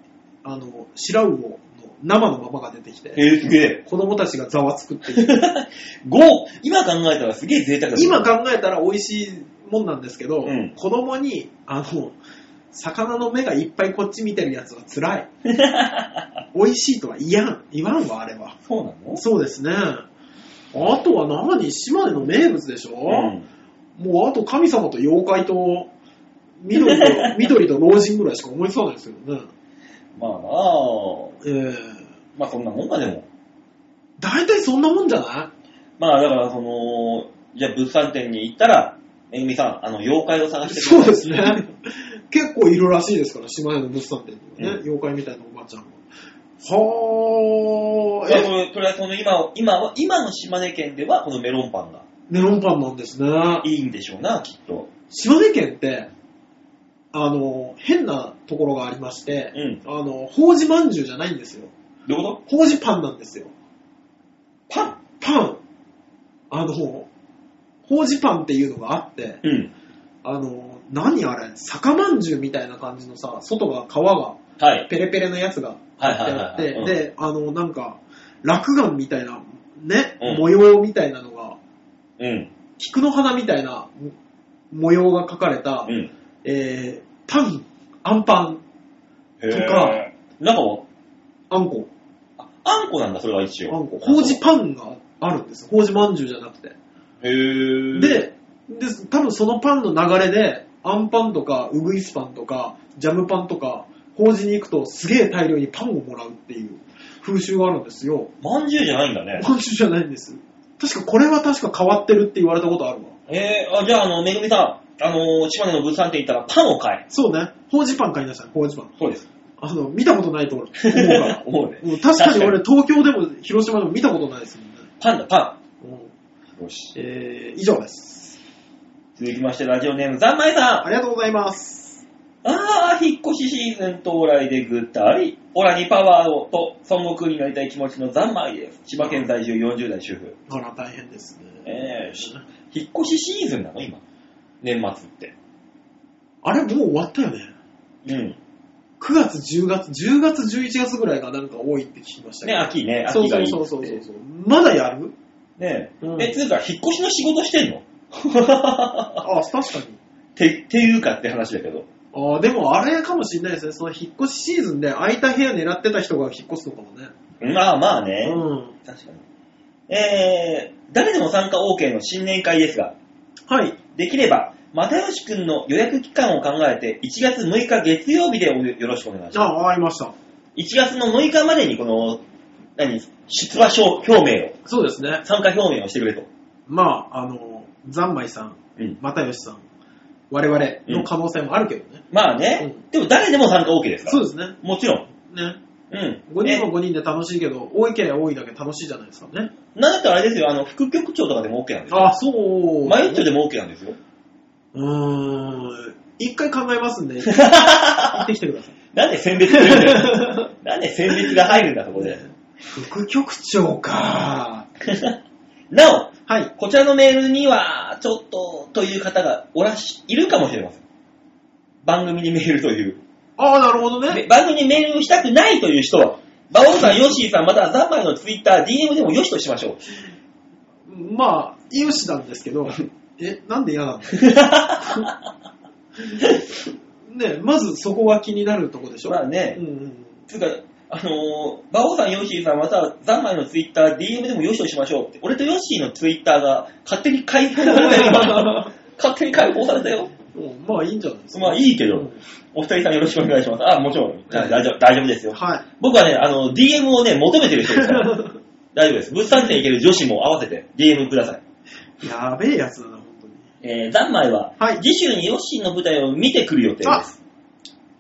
あの、白魚の生のままが出てきて、えー、すげえ。子供たちがざわつくっていう。ご、今考えたらすげえ贅沢だ。今、考えたら美味しいもんなんですけど、うん子供に、あの、魚の目がいっぱいこっち見てるやつは辛 (laughs) い。美味しいとは言わん。言わんわ、あれは。そうなのそうですね。あとは何島根の名物でしょ、うん。もうあと神様と妖怪と (laughs) 緑と緑と老人ぐらいしか思いつかないですけどね。まあなあ、えー、まあそんなもんかでも。大体そんなもんじゃなまあだからその、じゃあ物産展に行ったら、めぐみさん、あの、妖怪を探いして。そうですすね。 (laughs) 結構いるらしいですから、島根の物産展にはね、うん妖怪みたいなおばちゃんは。はえーえ、とりあえずその今を、今は、今の島根県ではこのメロンパンがメロンパンなんですね。いいんでしょうな、きっと。島根県って、あの、変なところがありまして、うんあの、法事まんじゅうじゃないんですよ。どういうこと法事パンなんですよ。パンパン。あの、法事パンっていうのがあって、うん。あの、何あれ、酒まんじゅうみたいな感じのさ、外が皮がはい。ペレペレのやつがはい貼はっいてはあっい、て、はい。で、あの、なんか、落眼みたいな、ね、うん模様みたいなのが、うん。菊の花みたいな模様が描かれた、うん。うん。えー、パン、アンパン、へとかーなんかもうあんこ、ああんこなんだ、それは一あ応。んこ、法事パンがあるんです。法事まんじゅうじゃなくて。へー。、で、で、多分そのパンの流れで、アンパンとか、ウグイスパンとか、ジャムパンとか、法事に行くとすげえ大量にパンをもらうっていう風習があるんですよ。まんじゅうじゃないんだ (laughs) ね。風習じゃないんです。確かこれは確か変わってるって言われたことあるわ。えー、あじゃあ、あの、めぐみさん、あのー島根の物産店行ったらパンを買え。そうね。法事パン買いなさい、法事パン。そうです。あの、見たことないと (laughs) 思うから。思うね。うん確かに俺、東京でも広島でも見たことないですもんね。パンだ、パうんン。よし。えー、以上です。続きまして、ラジオネーム、ざんまいさん。ありがとうございます。ああ、引っ越しシーズン到来でぐったり。オラにパワーをと、孫悟空になりたい気持ちの三昧です。千葉県在住40代主婦。あら、大変ですね。ええし引っ越しシーズンなの今。年末って。あれ、もう終わったよね。うん。 9月、10月、10月、11月ぐらいがなんか多いって聞きましたね、秋ね、そ秋うがいういそって。そうそうそうそう。まだやるねえ。うんえ、つうか、引っ越しの仕事してんの (laughs) あ、確かに。て、ていうかって話だけど。ああ、でもあれかもしれないですね。その引っ越しシーズンで空いた部屋狙ってた人が引っ越すのかもね。まあまあね。うん。確かに。えー、誰でも参加 OK の新年会ですが、はい。できれば、又吉くんの予約期間を考えて、1月6日月曜日でおよろしくお願いしじゃまあ、わかりました。す。1月の6日までに、この、何、出馬表表明を、そうですね。参加表明をしてくれと。まあ、あの、ざんまいさん、うん。又吉さん、我々の可能性もあるけどね。まあね、うでも誰でも参加 OK ですから。そうですね。もちろん。ね。うん。 5人ねも5人で楽しいけど、多いければ多いだけ楽しいじゃないですかね。なんだったらあれですよ、あの、副局長とかでも OK なんですよ。あ、そう。マユッチョでも OK なんですよ。うーん。一回考えますん (laughs) で、行ってきてください。なんで選別するんだ (laughs) よ。なんで選別が入るんだ、そこで。副局長か。なお、はい。こちらのメールには、ちょっと、という方がおらし、いるかもしれません。番組にメールという。ああ、なるほどね。で番組にメールをしたくないという人は、バオさん、ヨッシーさん、またはザンマイのツイッター、DM でもよしとしま (laughs) しょう。 (laughs) まあ、イオシなんです (laughs) けど、え、なんで嫌なのねまずそこが気になるとこでしょ。まあうねん、うんつうか、あのー、バオさん、ヨッシーさん、またはザンマイのツイッター、DM でもよしとしましょうって。俺とヨッシーのツイッターが勝手に解放され (laughs) たよ。勝手に解放されたよ。うん。まあ、いいんじゃないですか。まあいいけどうんお二人さんよろしくお願いします。あ、もちろん。大丈夫、大丈夫ですよ。はい。僕はね、あの、DM をね、求めてる人ですから。 (laughs) 大丈夫です。物産展行ける女子も合わせて DM ください。やべえやつだな、本当に。えー、残枚は、はい次週にヨッシーの舞台を見てくる予定であす。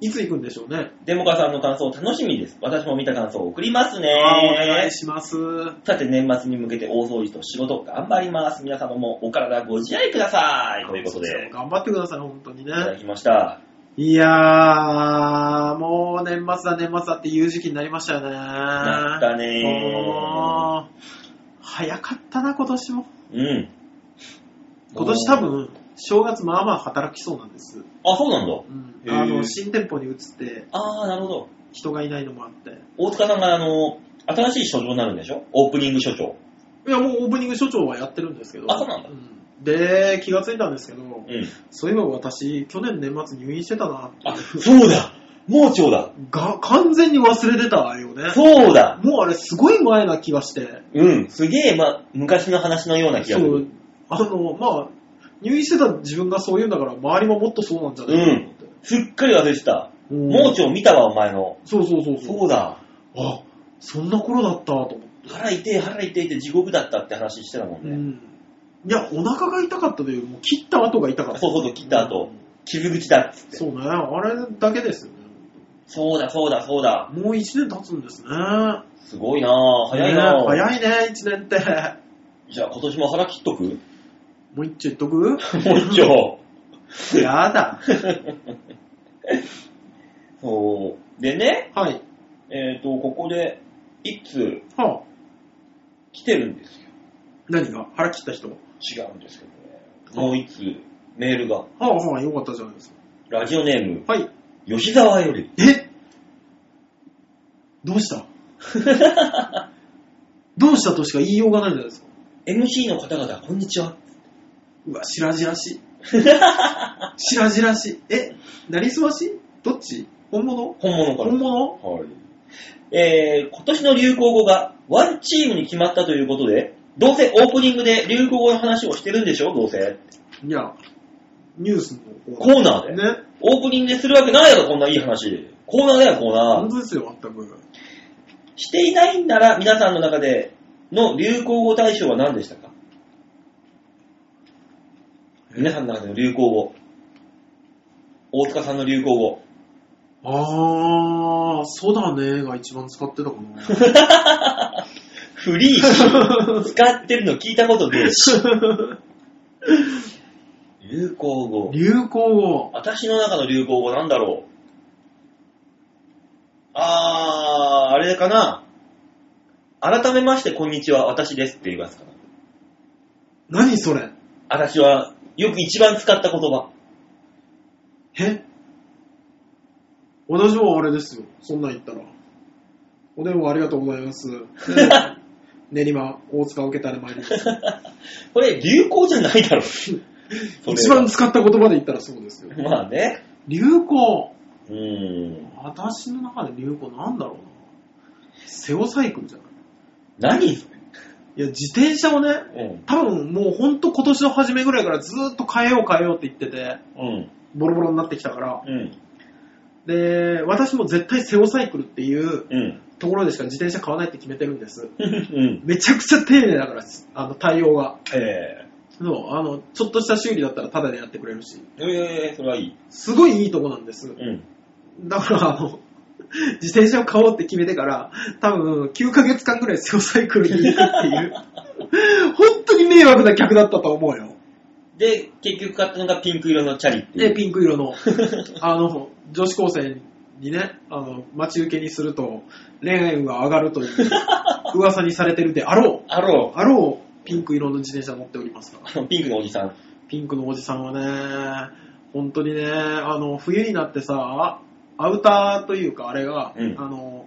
いつ行くんでしょうね。デモカさんの感想楽しみです。私も見た感想を送りますね。ああ、お願いします。さて、年末に向けて大掃除と仕事頑張ります。皆様もお体ご自愛ください。ということで、頑張ってください、本当にねい。ただきました。いやー、もう年末だ年末だって言う時期になりましたよね。なったねもう早かったな、今年も。ー。うん。今年多。分、正月まあまあ働きそうなんです。あ、そうなんだう。んへ、ーあの新店舗に移って、あー、なるほど。人がいないのもあって。大塚さんが、あの、新しい所長になるんでしょオープニング所長。いや、もうオープニング所長はやってるんですけど。あそうなんだで、気がついたんですけど、うん。そういえば私、去年年末入院してたなってあ、そうだ盲腸だが、完全に忘れてたよね。そうだもうあれ、すごい前な気がして。うん、すげえ、ま、昔の話のような気がすそるう。、あの、まあ、入院してた自分がそう言うんだから、周りももっとそうなんじゃないかと思って。すっかり忘れてた。うん盲腸見たわ、お前の。そうそうそうそう。そうだ。あ、そんな頃だったと思って。腹痛い、腹痛いって地獄だったって話してたもんうね。ん。いや、お腹が痛かったというよりも、切った跡が痛かった。そうそうそう切った跡ん傷口だっつって。そうね、あれだけですよね。そうだ、そうだ、そうだ。もう1年経つんですね。早すごいなぁ。早いなぁ。早いね、1年って。じゃあ今年も腹切っとくもうもう一丁言っと (laughs) く一 (laughs) 丁。 (laughs) やだ。そう。でね、はい。えっ、と、ここで、一通はあ、来てるんです何が腹切った人はよ。違うんですけどね。もう一通、メールが。あはあ、よかったじゃないですラジオネーム、か。はい。吉沢よ (laughs) り。えどうしたどうしたとしか言いようがないじゃないですか。 MC の方々、こんにちは。うわ、しらじらし (laughs) い。しらじらしい。え、なりすましどっち本物本物から。本物はい。えー、今年の流行語が、ワンチームに決まったということで、どうせオープニングで流行語の話をしてるんでしょどうせ。いや、ニュースのコーナーで。ね。オープニングでするわけないやろ、こんないい話。コーナーだよ、コーナー本。当ですよ、全く。していないんなら、皆さんの中での流行語大賞は何でしたか皆さんの中での流行語。大塚さんの流行語。あー、そうだねが一番使って (laughs) たかな。フリーし、使ってるの聞いたことねえし。 (laughs) 流行語。流行語。私の中の流行語なんだろう。あー、あれかな。改めまして、こんにちは、私ですって言いますか何それ私は、よく一番使った言葉。 (laughs) え私もあれですよ。そんなん言ったら。お電話ありがとうございます。で練馬、大塚受けたら参ります。これ、流行じゃないだろ。一番そ使った言葉で言ったらそうですよ。れはまあね。流行。うん。私の中で流行なんだろうな。セオサイクルじゃない何そいや、自転車をね、れうん。多分もうほんと今年の初めぐらいからずーっと変えよう変えようって言ってて、うん。ボロボロになってきたから。うん。で、私も絶対セオサイクルっていううん。ところでしか自転車買わないって決めてるんです。うん。めちゃくちゃ丁寧だから、あの、対応が。えそう、あの、ちょっとした修理だったらタダでやってくれるし。ー、えー、それはいい。すごいいいとこなんでうす。ん。だから、あの、自転車を買おうって決めてから、多分、9ヶ月間ぐらいセオサイクルに行くっていう、本当に迷惑な客だったと思うよ。で、結局買ったのがピンク色のチャリっていう。で、ピンク色の、あの、女子高生にね、あの、待ち受けにすると、恋愛運が上がるという噂にされてるであろ (laughs) あろう、あろう、ピンク色の自転車乗っておりますから。う。ピンクのおじさん。ピンクのおじさんはね、本当にね、あの、冬になってさ、アウターというか、あれが、うんあの、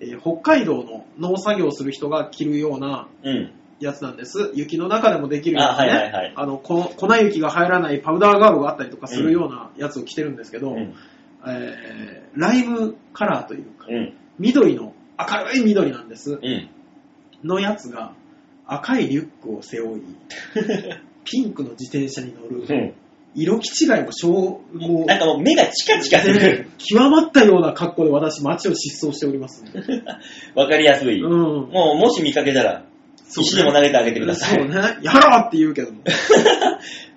えー北海道の農作業する人が着るようなうん。やつなんです。雪の中でもできるような、ね、あはいはいはいあの、こ粉雪が入らないパウダーガードがあったりとかするようなやつを着てるんですけうど、ん。えーライムカラーというか、うん。緑の、明るい緑なんです。うん。のやつが、赤いリュックを (laughs) 背負い、ピンクの自転車に乗る。う色気違いも小、もん。うなんかもう目がチカチカする。極まったような格好で私、街を疾走しておりますね。 (laughs) わかりやすい。うん。もう、もし見かけたら、そうね石でも投げてあげてください。 (laughs) そうね。やろうって言うけども。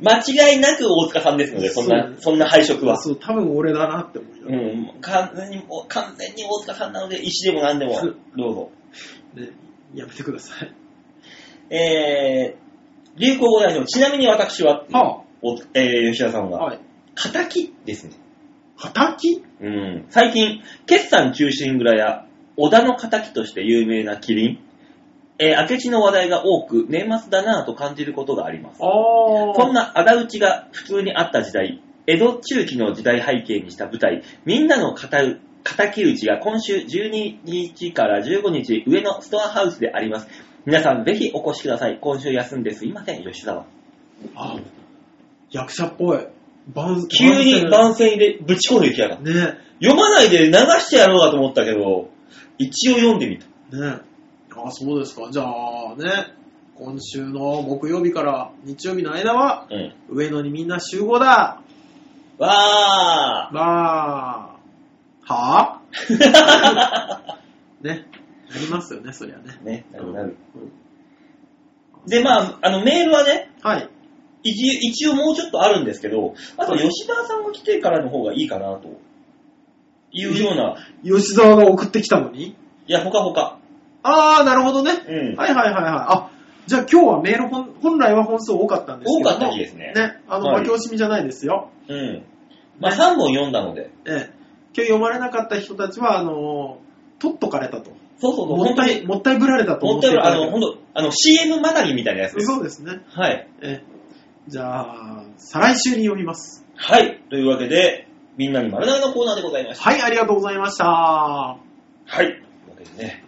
間違いなく大塚さんですので、そんそうな、そんな配色は。そう、多分俺だなって思いなうがらん、完全に、お完全に大塚さんなので、石でも何でもそう、どうぞ。ね、やめてください。えー、流行語大賞、ちなみに私は、はおえー、吉田さんあ、は、はい。敵ですね。畑うん、最近、決算中心蔵や織田の敵として有名なキリン、えー、明智の話題が多く、年末だなぁと感じることがありますあ。あ。こんな仇討ちが普通にあった時代、江戸中期の時代背景にした舞台、みんなの仇討敵討ちが今週12日から15日、上のストアハウスであります。皆さんぜひお越しください。今週休んですいません、吉沢。あ役者っぽい。番急に番番宣でぶち込んできやがった。宣ね、読まないで流してやろうかと思ったけど、一応読んでみた。ね。あ、そうですか。じゃあ、ね。今週の木曜日から日曜日の間は、うん。上野にみんな集合だわーまあ、はぁね、なりますよね、そりゃね。ね、なるなる。うんで、まあ、あの、メールはね、はい。一一応もうちょっとあるんですけど、あと吉沢さんが来てからの方がいいかなと。いうような、吉沢が送ってきたのにいや、ほかほか。あー、なるほどね。うん。はいはいはいはい。あ、じゃあ今日はメール本、本来は本数多かったんですけども。多かった日ですねね、あの、はい負け惜しみじゃないですよ。うん。まあ、3本読んだので。ええ。今日読まれなかった人たちは、あのー取っとかれたと。そうそうそう、もったい、本もったいぶられた当とに。も思っったていいぶたあだけの、ほんと、あの、CM またぎみたいなやつです。そうですね。はい。ええ。じゃあ、再来週に読みます。はい。というわけで、みんなに丸投げのコーナーでございました。はい、ありがとうございました。はい。というわけでね、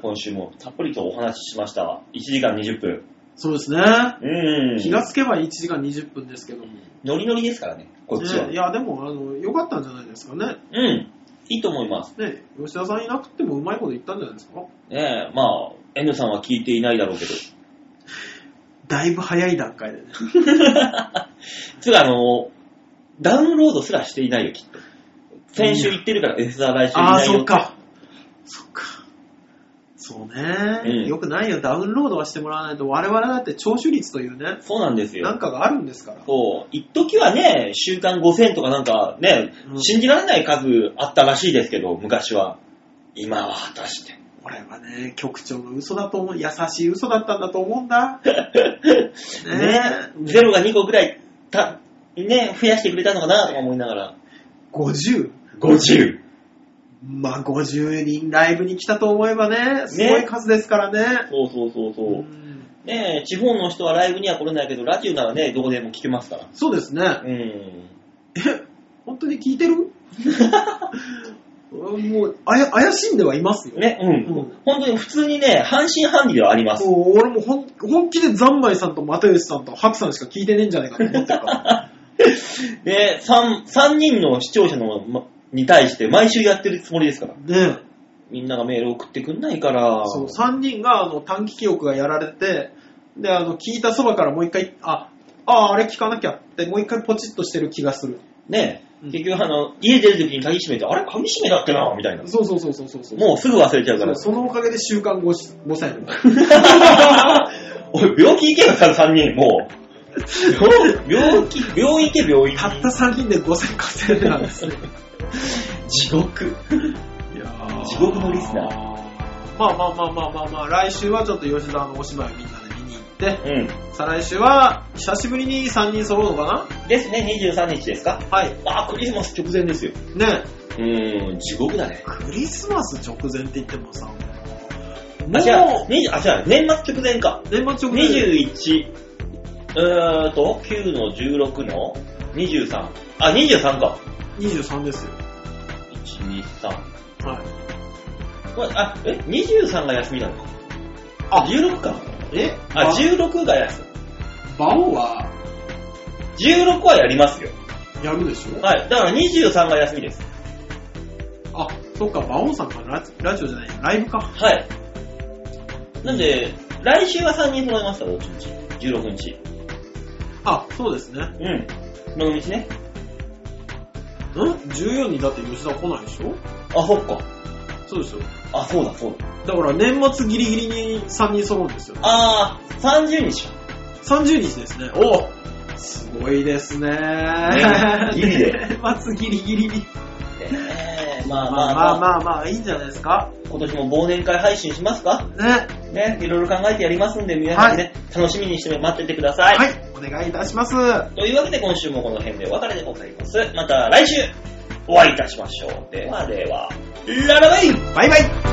今週もたっぷりとお話ししました。1時間20分。そうですね。うん。気がつけば1時間20分ですけども。ノリノリですからね、こっちは。ねいや、でも、あの、良かったんじゃないですかね。うん。いいと思います。ね、吉田さんいなくてもうまいこと言ったんじゃないですか。ねえ、まあ、N さんは聞いていないだろうけど。 (laughs) だいぶ早い段階でね。つうか、あの、ダウンロードすらしていないよ、きっと。先週言ってるから、N さんは来週いああ、ないよ。そっ。か。そっか。そうね、うんよくないよ。ダウンロードはしてもらわないと、我々だって聴取率というね、そうなんですなんよ。かがあるんですから。そう、一時はね、週間5000とかなんかね、うん信じられない数あったらしいですけど、昔は。今は果たして。俺はね、局長の嘘だと思う。優しい嘘だったんだと思うんだ。ねねえ、ゼロが2個ぐらい、た、ね、増やしてくれたのかなとか思いながら。 50。 50。まあ、50人ライブに来たと思えばね、すごい数ですからね。そうそうそうそう。うんねえ、地方の人はライブには来れないけど、ラジオならね、どこでも聞けますから。そうですね。うん。え、本当に聞い (laughs) てるもうあや、怪しんではいますよ。ね、うん。うん本当に普通にね、半信半疑ではあります。も (laughs) う俺もほん本気でざんまいさんと又吉さんと白さんしか聞いてねえんじゃないかと思ってるから。で、3、三人の視聴者の、まに対して毎週やってるつもりですから。ねみんながメール送ってくんないから。そう、3人があの短期記憶がやられて、で、あの、聞いたそばからもう一回、あ、あ、あれ聞かなきゃって、もう一回ポチッとしてる気がする。ねうん結局あの、家出る時に鍵閉めて、あれ鍵閉めだっけなみたいな。そうそうそうそうそうそう。もうすぐ忘れちゃうから。そのおかげで週間 5, 5歳になる (laughs) おい、病気行けよ、3人、もう。病病気、病院行け、病院。たった3人で5歳稼いでなんですよ。 (laughs) 地獄。いやー地獄のリスナーまあまあまあまあまあまあ、来週はちょっと吉沢のお芝居みんなで見に行って、うん。再来週は久しぶりに3人揃うのかですね、23日ですかなはい。あー、クリスマス直前ですよ。ねうーん、地獄だね。クリスマス直前って言ってもさ、もうあ、年違末う、20あ、違う、年末直前か。直前。 21、うーんと、9の16の23。あ、23か。 23ですよ。 1、2、3。はい。これあ、え、23が休みなのか。あ16か。えあ、16が休み。バオは16はやりますよ。やるでしょはい。だから23が休みです。あ、そっか、バオさんがララジオじゃない、ライブか。はい。なんで、来週は3人揃いました、どっちみち。16日。あ、そうですね。うん。どの道ね。ん ?14 にだって吉田来ないでしょあ、そっか。そうですよ。あ、そうだ、そうだ。だから年末ギリギリに3人揃うんですよ。あー、30日。 30日ですね。おすごいですね。ギリで年末ギリギリに。え (laughs) ー、ままあまああまあまあ、まあまあ、いいんじゃないですか。今年も忘年会配信しますかね。はい。ね、いろいろ考えてやりますんで、皆さんね、楽しみにして待っててください。お願いいたします。というわけで今週もこの辺でお別れでございます。また来週お会いいたしましょう。ではでは、ララバイバイバイ